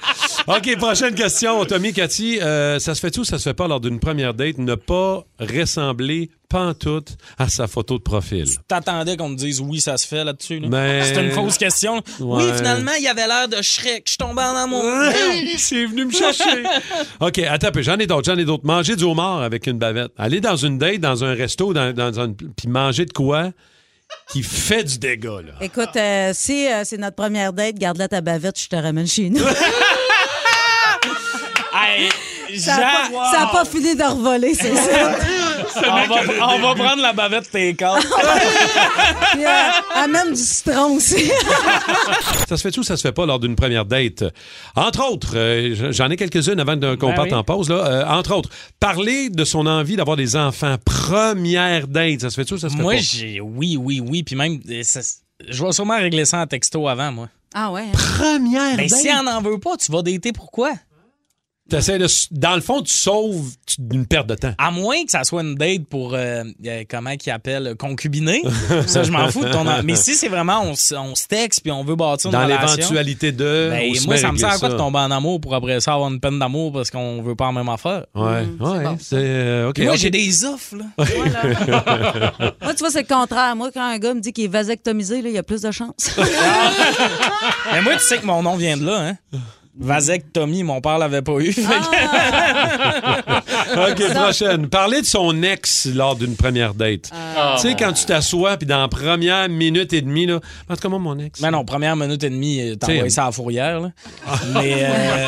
Speaker 4: OK, prochaine question, Tommy, Cathy. Euh, ça se fait tout, ça se fait pas lors d'une première date, ne pas ressembler pantoute à sa photo de profil.
Speaker 11: T'attendais qu'on me dise oui, ça se fait là-dessus. Là.
Speaker 4: Mais-
Speaker 11: Ah, C'est une fausse question. Oui,
Speaker 4: Ouais.
Speaker 11: finalement, il avait l'air de Shrek. Je suis tombé en amour.
Speaker 4: Il s'est venu me chercher. OK, attends, un peu, j'en ai d'autres, j'en ai d'autres. Manger du homard avec une bavette. Aller dans une date, dans un resto, dans, dans une- puis manger de quoi qui fait du dégât, là.
Speaker 6: Écoute, euh, si euh, c'est notre première date, garde-la ta bavette, je te ramène chez nous.
Speaker 11: Hey,
Speaker 6: ça n'a pas,
Speaker 11: Jean-
Speaker 6: ça a pas fini de revoler, c'est ça.
Speaker 11: on, va, on va prendre la bavette tes corps.
Speaker 6: Puis, euh, amène du citron aussi.
Speaker 4: Ça se fait tout, ça se fait pas lors d'une première date. Entre autres, euh, j'en ai quelques-unes avant de- qu'on
Speaker 11: Ben
Speaker 4: parte
Speaker 11: oui.
Speaker 4: en pause. Là. Euh, entre autres, parler de son envie d'avoir des enfants. Première date, ça se fait tout, ça se fait
Speaker 11: moi,
Speaker 4: pas.
Speaker 11: j'ai oui, oui, oui. Puis même, euh, ça- je vais sûrement régler ça en texto avant, moi.
Speaker 6: Ah ouais.
Speaker 4: Première
Speaker 11: Mais
Speaker 4: date.
Speaker 11: Ben, si on n'en veut pas, tu vas dater pourquoi?
Speaker 4: T'essaies de s- dans le fond, tu sauves tu- une perte de temps.
Speaker 11: À moins que ça soit une date pour, euh, euh, comment qu'ils appellent, concubiner. ça, je m'en fous de ton... en- Mais si c'est vraiment, on, s- on se texte puis on veut bâtir une
Speaker 4: Dans
Speaker 11: relation,
Speaker 4: l'éventualité de.
Speaker 11: ben,
Speaker 4: on se
Speaker 11: moi,
Speaker 4: met
Speaker 11: ça me
Speaker 4: régler
Speaker 11: sert à quoi
Speaker 4: ça.
Speaker 11: de tomber en amour pour après ça avoir une peine d'amour parce qu'on veut pas la même affaire?
Speaker 4: Ouais, ouais, c'est euh, ok.
Speaker 11: Puis moi,
Speaker 4: ok.
Speaker 11: j'ai des offres, là.
Speaker 6: Moi, tu vois, c'est le contraire. Moi, quand un gars me dit qu'il est vasectomisé, là, il y a plus de chance.
Speaker 11: Mais moi, tu sais que mon nom vient de là, hein? Vasectomie, mon père l'avait pas eu. Fait
Speaker 6: Ah.
Speaker 11: que-
Speaker 4: OK, prochaine. Parler de son ex lors d'une première date.
Speaker 11: Ah.
Speaker 4: Tu sais, quand tu t'assois, puis dans la première minute et demie, là, en tout cas, moi, mon ex.
Speaker 11: Mais non, première minute et demie, euh, t'as
Speaker 4: T'sais,
Speaker 11: envoyé ça à la fourrière. Là. mais euh,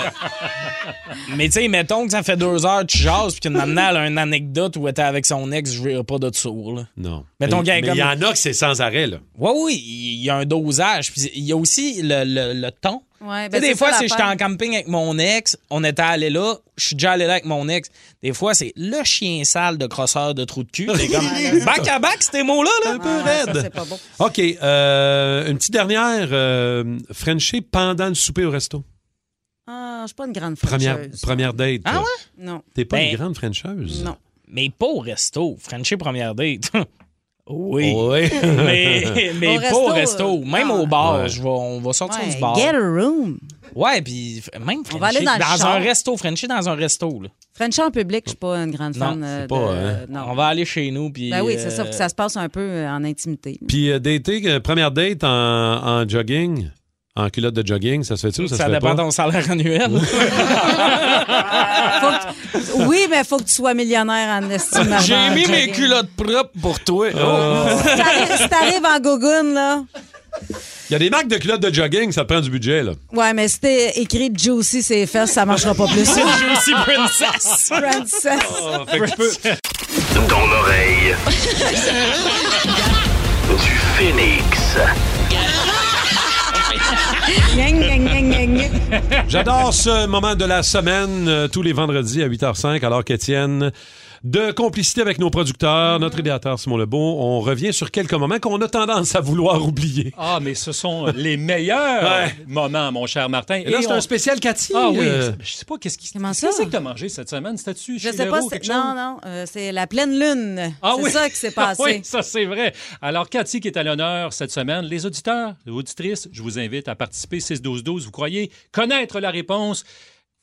Speaker 11: mais tu sais, mettons que ça fait deux heures que tu jases, puis qu'une matinée, elle a une anecdote où elle était avec son ex, je rirai pas de sourd. Là.
Speaker 4: Non.
Speaker 11: Mettons
Speaker 4: Mais-
Speaker 11: qu'il y a
Speaker 4: mais
Speaker 11: comme-
Speaker 4: il y en a que c'est sans arrêt, là.
Speaker 11: Ouais, oui, il y a un dosage. Puis il y a aussi le, le, le ton.
Speaker 6: Ouais,
Speaker 11: Tu sais,
Speaker 6: ben,
Speaker 11: des
Speaker 6: c'est
Speaker 11: fois,
Speaker 6: ça
Speaker 11: c'est j'étais en
Speaker 6: l'affaire.
Speaker 11: camping avec mon ex, on était allé là, je suis déjà allé là avec mon ex. Des fois, c'est le chien sale de crosseur de trou de cul. C'est comme back à back, ces mots-là. Là.
Speaker 4: raide.
Speaker 6: C'est pas bon.
Speaker 4: OK, euh, une petite dernière. Euh, Frenchie pendant le souper au resto.
Speaker 6: Ah, je suis pas une grande
Speaker 4: Première,
Speaker 6: frencheuse.
Speaker 4: première date.
Speaker 11: Ah
Speaker 4: là.
Speaker 11: ouais?
Speaker 6: Non.
Speaker 4: T'es pas
Speaker 11: Ben,
Speaker 4: une grande Frencheuse?
Speaker 6: Non.
Speaker 11: Mais pas au resto. Frenchie première date. oui.
Speaker 4: Oui.
Speaker 11: mais
Speaker 6: Au
Speaker 11: mais pas
Speaker 6: resto,
Speaker 11: au resto.
Speaker 6: euh,
Speaker 11: Même au bar.
Speaker 4: Ouais.
Speaker 11: je vais- on va sortir
Speaker 6: Ouais,
Speaker 11: du bar.
Speaker 6: get a room.
Speaker 11: Ouais, puis f- même Frenchie.
Speaker 6: va aller dans le char.
Speaker 11: un resto. Frenchie dans un resto. Là.
Speaker 6: Frenchie en public, je suis pas une grande
Speaker 11: Non,
Speaker 6: fan. euh,
Speaker 11: c'est
Speaker 4: pas,
Speaker 6: de-
Speaker 4: hein.
Speaker 6: non.
Speaker 11: On va aller chez nous. Puis,
Speaker 6: Ben oui, c'est ça,
Speaker 11: euh,
Speaker 6: faut que ça se passe un peu euh, en intimité.
Speaker 4: Puis euh, dater, euh, première date en, en jogging, en culotte de jogging, ça se fait-tu ou ça,
Speaker 11: Ça
Speaker 4: se fait
Speaker 11: dépend de
Speaker 4: pas?
Speaker 11: ton salaire annuel.
Speaker 6: Oui, mais faut que tu sois millionnaire en estime. Oh.
Speaker 11: J'ai mis mes culottes propres pour toi.
Speaker 6: Si t'arrives en gogoune, là,
Speaker 4: Il y a des marques de culottes de jogging, ça te prend du budget, là.
Speaker 6: Ouais, mais c'était écrit Juicy ses fesses, ça marchera pas plus.
Speaker 5: Ah,
Speaker 4: Juicy
Speaker 6: Princess. Princess.
Speaker 4: Ah, fait que tu peux-
Speaker 19: Dans l'oreille du phénix.
Speaker 20: Gang, gang, gang, gang, gang.
Speaker 4: J'adore ce moment de la semaine, euh, tous les vendredis à 8h05, alors qu'Étienne, de complicité avec nos producteurs, notre idéateur Simon Lebeau, on revient sur quelques moments qu'on a tendance à vouloir oublier.
Speaker 5: Ah, mais ce sont les meilleurs moments, mon cher Martin.
Speaker 4: Et là, c'est
Speaker 5: on-
Speaker 4: un spécial Cathy.
Speaker 5: Ah oui,
Speaker 4: euh,
Speaker 5: je sais pas qu'est-ce qui
Speaker 6: Comment
Speaker 5: qu'est-ce
Speaker 6: ça?
Speaker 5: que c'est que t'as mangé cette semaine. C'était-tu
Speaker 6: Je
Speaker 5: chez
Speaker 6: sais pas,
Speaker 5: Véro,
Speaker 6: c'est-
Speaker 5: quelque chose?
Speaker 6: non, non, euh, c'est la pleine lune.
Speaker 5: Ah
Speaker 6: c'est
Speaker 5: oui.
Speaker 6: ça qui s'est
Speaker 5: Ah
Speaker 6: passé.
Speaker 5: oui, ça c'est vrai. Alors, Cathy qui est à l'honneur cette semaine, les auditeurs, les auditrices, je vous invite à participer 6-12-12. Vous croyez connaître la réponse?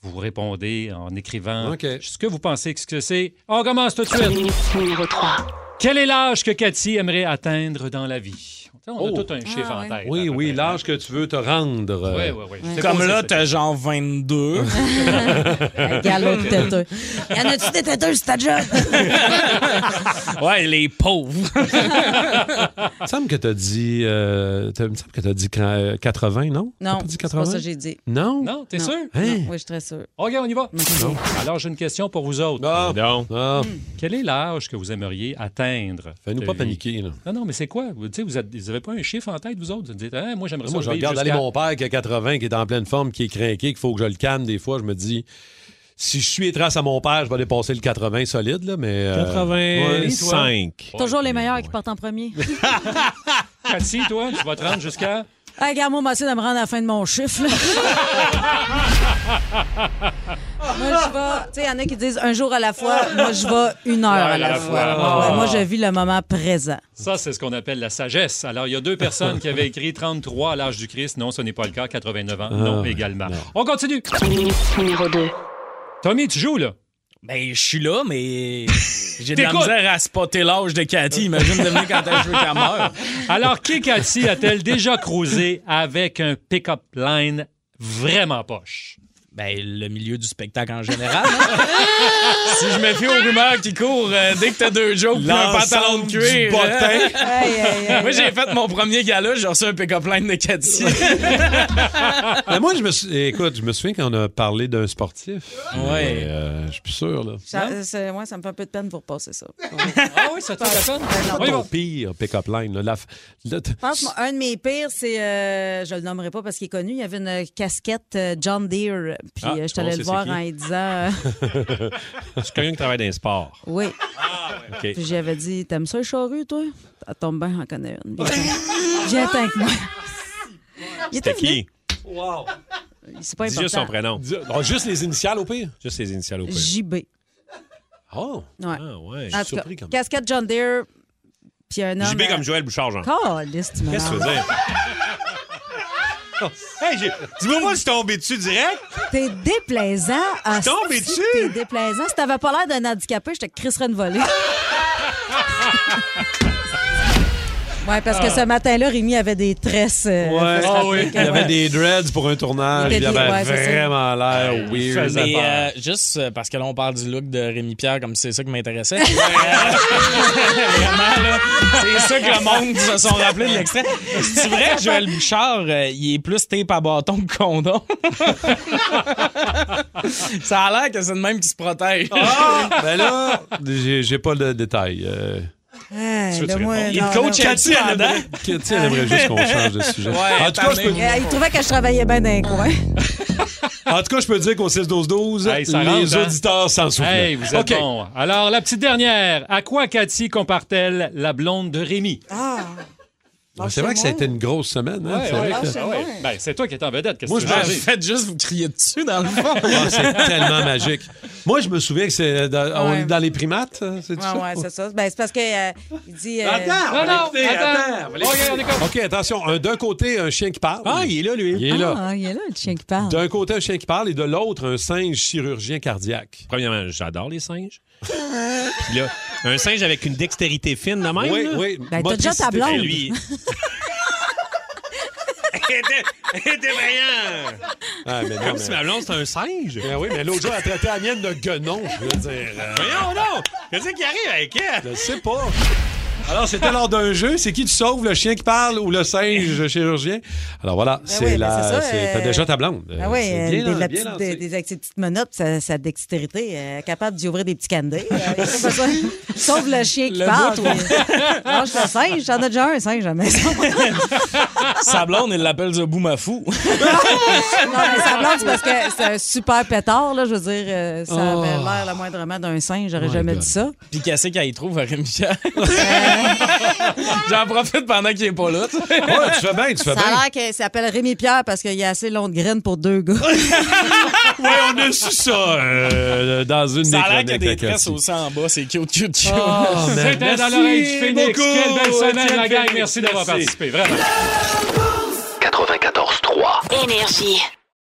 Speaker 5: Vous répondez en écrivant
Speaker 4: OK.
Speaker 5: ce que vous pensez que ce que c'est. On commence tout de suite.
Speaker 1: Numéro 3.
Speaker 5: Quel est l'âge que Cathy aimerait atteindre dans la vie? On a
Speaker 4: Oh.
Speaker 5: tout un chiffre en tête.
Speaker 4: Oui, oui, l'âge que tu veux te rendre.
Speaker 5: Ouais, ouais, ouais. Je sais
Speaker 11: Comme
Speaker 5: pas
Speaker 11: là,
Speaker 5: si
Speaker 11: t'as genre 22.
Speaker 6: Galop de têteux. Y en a-tu des têteux sur ta job?
Speaker 11: ouais, les pauvres.
Speaker 4: Il me semble que t'as dit, euh, t'as- il me semble que t'as dit quand- euh, 80, non?
Speaker 6: Non,
Speaker 4: T'as dit
Speaker 6: c'est pas
Speaker 4: 80?
Speaker 6: ça que j'ai dit.
Speaker 4: Non?
Speaker 5: Non, t'es
Speaker 6: Non.
Speaker 5: sûr?
Speaker 6: Non,
Speaker 4: Hein?
Speaker 6: Oui, je suis très sûre.
Speaker 5: OK, on y va. Alors, j'ai une question pour vous autres.
Speaker 4: Non.
Speaker 6: Hmm.
Speaker 5: Quel est l'âge que vous aimeriez atteindre?
Speaker 4: Ah, Fais-nous
Speaker 5: de
Speaker 4: pas
Speaker 5: vie?
Speaker 4: paniquer, là.
Speaker 5: Non, non, mais c'est quoi? Vous, tu sais, vous n'avez pas un chiffre en tête, vous autres? Vous dites, Ah, moi, j'aimerais ça.
Speaker 4: Moi, je
Speaker 5: vivre
Speaker 4: regarde aller
Speaker 5: jusqu'à-
Speaker 4: mon père qui a 80, qui est en pleine forme, qui est craqué, qu'il faut que je le calme des fois. Je me dis, si je suis les traces à mon père, je vais dépasser le 80 solide, là, mais... euh,
Speaker 21: 85.
Speaker 6: Toujours les meilleurs qui partent en premier.
Speaker 5: Cathy, toi, tu vas te rendre jusqu'à.
Speaker 6: Ah, regarde, moi, m'essaie de me rendre à la fin de mon chiffre. là. moi, je vais. Tu sais, il y en a qui disent un jour à la fois. Moi, je vais une heure à la, fois. Oh.
Speaker 5: Ah.
Speaker 6: Ouais, moi, je vis le moment présent.
Speaker 5: Ça, c'est ce qu'on appelle la sagesse. Alors, il y a deux personnes qui avaient écrit 33 à l'âge du Christ. Non, ce n'est pas le cas. 89 ans, non
Speaker 4: Ah,
Speaker 5: également. On continue.
Speaker 1: Numéro 2.
Speaker 5: Tommy, tu joues, là?
Speaker 11: Ben, je suis là, mais j'ai de la
Speaker 5: T'écoutes.
Speaker 11: misère à spotter l'âge de Cathy. Imagine devenir quand elle veut qu'elle meure.
Speaker 5: Alors, qui, Cathy, a-t-elle déjà cruisé avec un pick-up line vraiment poche?
Speaker 11: Ben, le milieu du spectacle en général. hein. si je me fie aux rumeurs qui courent, euh, dès que t'as deux jokes puis un pantalon de
Speaker 21: L'ensemble du
Speaker 11: cuir.
Speaker 21: bottin.
Speaker 11: hein.
Speaker 6: Aïe, aïe, aïe.
Speaker 11: Moi, j'ai fait mon premier gala, j'ai reçu un pick-up line de Cathy.
Speaker 4: mais moi, je me sou- écoute, je me souviens qu'on a parlé d'un sportif.
Speaker 11: Ouais.
Speaker 4: mais, euh, je suis plus sûr, là.
Speaker 6: Ça, c'est- ouais, ça me fait un peu de peine pour passer ça.
Speaker 5: Ah oui, ça te fait la peine?
Speaker 4: Pas ton pire pick-up line. Là. La f- là, t-
Speaker 6: Je pense moi, un de mes pires, c'est, euh, je le nommerai pas parce qu'il est connu, il y avait une euh, casquette euh, John Deere, puis
Speaker 21: Ah,
Speaker 6: euh, je suis allée
Speaker 21: on sait
Speaker 6: le voir
Speaker 21: c'est
Speaker 6: en
Speaker 21: qui.
Speaker 6: lui disant, euh,
Speaker 21: C'est quelqu'un qui travaille dans les sports.
Speaker 6: oui.
Speaker 21: OK.
Speaker 6: Puis j'avais dit, t'aimes ça les charrues, toi? Ça tombe bien, j'en connais une. Viens attends avec moi. Il était
Speaker 21: C'était
Speaker 6: venu.
Speaker 21: qui?
Speaker 6: C'est pas
Speaker 21: Dis juste son
Speaker 6: important.
Speaker 21: prénom.
Speaker 4: oh, juste les initiales au pire?
Speaker 21: Juste les initiales au pire.
Speaker 6: JB. Ouais.
Speaker 4: Oh!
Speaker 21: Ah ouais.
Speaker 6: En tout cas, Casquette John Deere, puis un homme... euh,
Speaker 21: JB comme Joël Bouchard, genre.
Speaker 6: Caliste, tu me
Speaker 21: Qu'est-ce que tu veux
Speaker 6: lances.
Speaker 21: dire? hey, j'ai- dis-moi, moi, je suis tombé dessus direct.
Speaker 6: T'es déplaisant. Ah,
Speaker 21: tombé
Speaker 6: si,
Speaker 21: dessus.
Speaker 6: T'es déplaisant. Si t'avais pas l'air d'un handicapé, je te crisserais une volée. ouais, parce
Speaker 21: Ah.
Speaker 6: que ce matin-là, Rémi avait des tresses. euh, faut
Speaker 4: Ouais.
Speaker 6: se
Speaker 4: Ah
Speaker 6: rappeler
Speaker 4: oui.
Speaker 6: que-
Speaker 4: Il avait
Speaker 6: ouais.
Speaker 4: des dreads pour un tournage.
Speaker 6: Il
Speaker 4: Il
Speaker 6: était
Speaker 4: avait
Speaker 6: des- ouais, c'est ça.
Speaker 4: vraiment l'air weird.
Speaker 11: Mais euh, juste euh, parce que là, on parle du look de Rémi Pierre comme si c'est ça qui m'intéressait. Euh, Vraiment, là, c'est ça que le monde se sont rappelés de l'extrait. C'est vrai que Joël Bouchard, euh, il est plus tape à bâton que condom. ça a l'air que c'est le même qui se protège.
Speaker 4: Ben là, j'ai j'ai pas de détails. euh.
Speaker 6: Hey,
Speaker 4: Tu veux
Speaker 6: là,
Speaker 4: te
Speaker 6: moi,
Speaker 4: répondre?
Speaker 6: non,
Speaker 4: Il coach
Speaker 6: là-
Speaker 4: Cathy, elle aimerait- Cathy, elle aimerait juste qu'on change de sujet. en, tout cas, je peux,
Speaker 6: Euh, il trouvait que je travaillais bien dans les coins.
Speaker 4: en tout cas, je peux dire qu'au 6-12-12,
Speaker 5: Hey, ça
Speaker 4: les
Speaker 5: rentre, hein?
Speaker 4: auditeurs s'en souviennent.
Speaker 5: Hey, vous êtes
Speaker 4: OK.
Speaker 5: bons. Alors, la petite dernière. À quoi Cathy compare-t-elle la blonde de Rémi?
Speaker 4: Ah, C'est vrai que ça a été une grosse semaine. hein,
Speaker 5: Ouais,
Speaker 4: c'est vrai
Speaker 5: ouais,
Speaker 4: que-
Speaker 5: ah ouais. Ben, c'est toi qui es en vedette. Qu'est-ce
Speaker 4: Moi,
Speaker 5: que
Speaker 4: je
Speaker 5: tu veux
Speaker 4: pense-
Speaker 5: dire?
Speaker 11: Faites juste vous crier dessus, dans le fond.
Speaker 4: Ah, c'est tellement magique. Moi, je me souviens que c'est euh, dans, on
Speaker 6: Ouais.
Speaker 4: est dans les primates, euh, c'est ça?
Speaker 6: Ouais, ouais, c'est ça. Ben, c'est parce que euh, il dit. euh,
Speaker 4: Attends,
Speaker 5: Non, non,
Speaker 4: Écoutez,
Speaker 5: attends.
Speaker 4: attends.
Speaker 5: Ok, on écoute.
Speaker 4: OK, attention. Un- D'un côté, un chien qui parle. Ah, il est là, lui. Il est là.
Speaker 6: Ah, il est là, le chien qui parle.
Speaker 4: D'un côté, un chien qui parle et de l'autre, un singe chirurgien cardiaque.
Speaker 21: Premièrement, j'adore les singes. Puis là, un singe avec une dextérité fine, de même.
Speaker 4: Oui,
Speaker 21: là.
Speaker 4: oui.
Speaker 6: Ben, t'as déjà ta blonde.
Speaker 21: Et lui- Elle était- elle était brillante.
Speaker 4: Ah, mais non,
Speaker 21: Comme
Speaker 4: mais-
Speaker 21: si ma blonde, c'était un singe.
Speaker 4: Ben oui, mais l'autre jour, elle traitait la mienne de guenon, je veux dire. euh,
Speaker 21: Voyons donc! Qu'est-ce qui arrive avec elle?
Speaker 4: je sais pas. Alors, c'était lors d'un jeu. C'est qui tu sauves, le chien qui parle ou le singe chirurgien? Alors voilà,
Speaker 6: Ben oui,
Speaker 4: c'est
Speaker 6: mais
Speaker 4: la.
Speaker 6: c'est ça,
Speaker 4: c'est- T'as
Speaker 6: euh,
Speaker 4: déjà ta blonde.
Speaker 6: Ah oui,
Speaker 4: C'est
Speaker 6: euh,
Speaker 4: bien
Speaker 6: des,
Speaker 4: dans-
Speaker 6: la
Speaker 4: bien
Speaker 6: petite-
Speaker 4: dans-
Speaker 6: des, des acti- petites menottes, sa, sa dextérité, euh, capable d'y ouvrir des petits canets. Euh, y a pas besoin. Sauf le chien qui
Speaker 11: Le
Speaker 6: parle.
Speaker 11: bout, ouais.
Speaker 6: puis- Mange le singe, j'en ai déjà un singe à la maison.
Speaker 11: Sa blonde, il l'appelle The Boumafou.
Speaker 6: Non, mais ça blonde, c'est parce que c'est un super pétard, là. Je veux dire, euh, ça
Speaker 11: Oh.
Speaker 6: avait l'air le moindrement d'un singe,
Speaker 4: Oh
Speaker 6: j'aurais jamais dit ça.
Speaker 11: Puis qu'est-ce qu'elle y trouve à Rémi-Pierre? J'en profite pendant qu'il est pas là. tu sais.
Speaker 4: Ouais, tu fais bien, tu
Speaker 6: Ça
Speaker 4: fais bien.
Speaker 6: a l'air qu'il s'appelle Rémi Pierre parce qu'il y a assez long de graines pour deux gars.
Speaker 4: Ouais, on a su ça euh, dans une
Speaker 11: Ça a l'air
Speaker 4: des
Speaker 11: qu'il y a
Speaker 4: chroniques de
Speaker 11: des tresses
Speaker 4: Cathy.
Speaker 11: aussi en bas. C'est cute, cute, cute.
Speaker 6: Ah,
Speaker 4: Oh, man.
Speaker 22: C'était dans l'oreille du Phoenix.
Speaker 4: beaucoup,
Speaker 22: Quelle belle semaine,
Speaker 4: Étienne
Speaker 22: la gang.
Speaker 4: Phoenix.
Speaker 22: Merci d'avoir
Speaker 4: Merci.
Speaker 22: participé. Vraiment.
Speaker 15: 94-3.
Speaker 1: Énergie.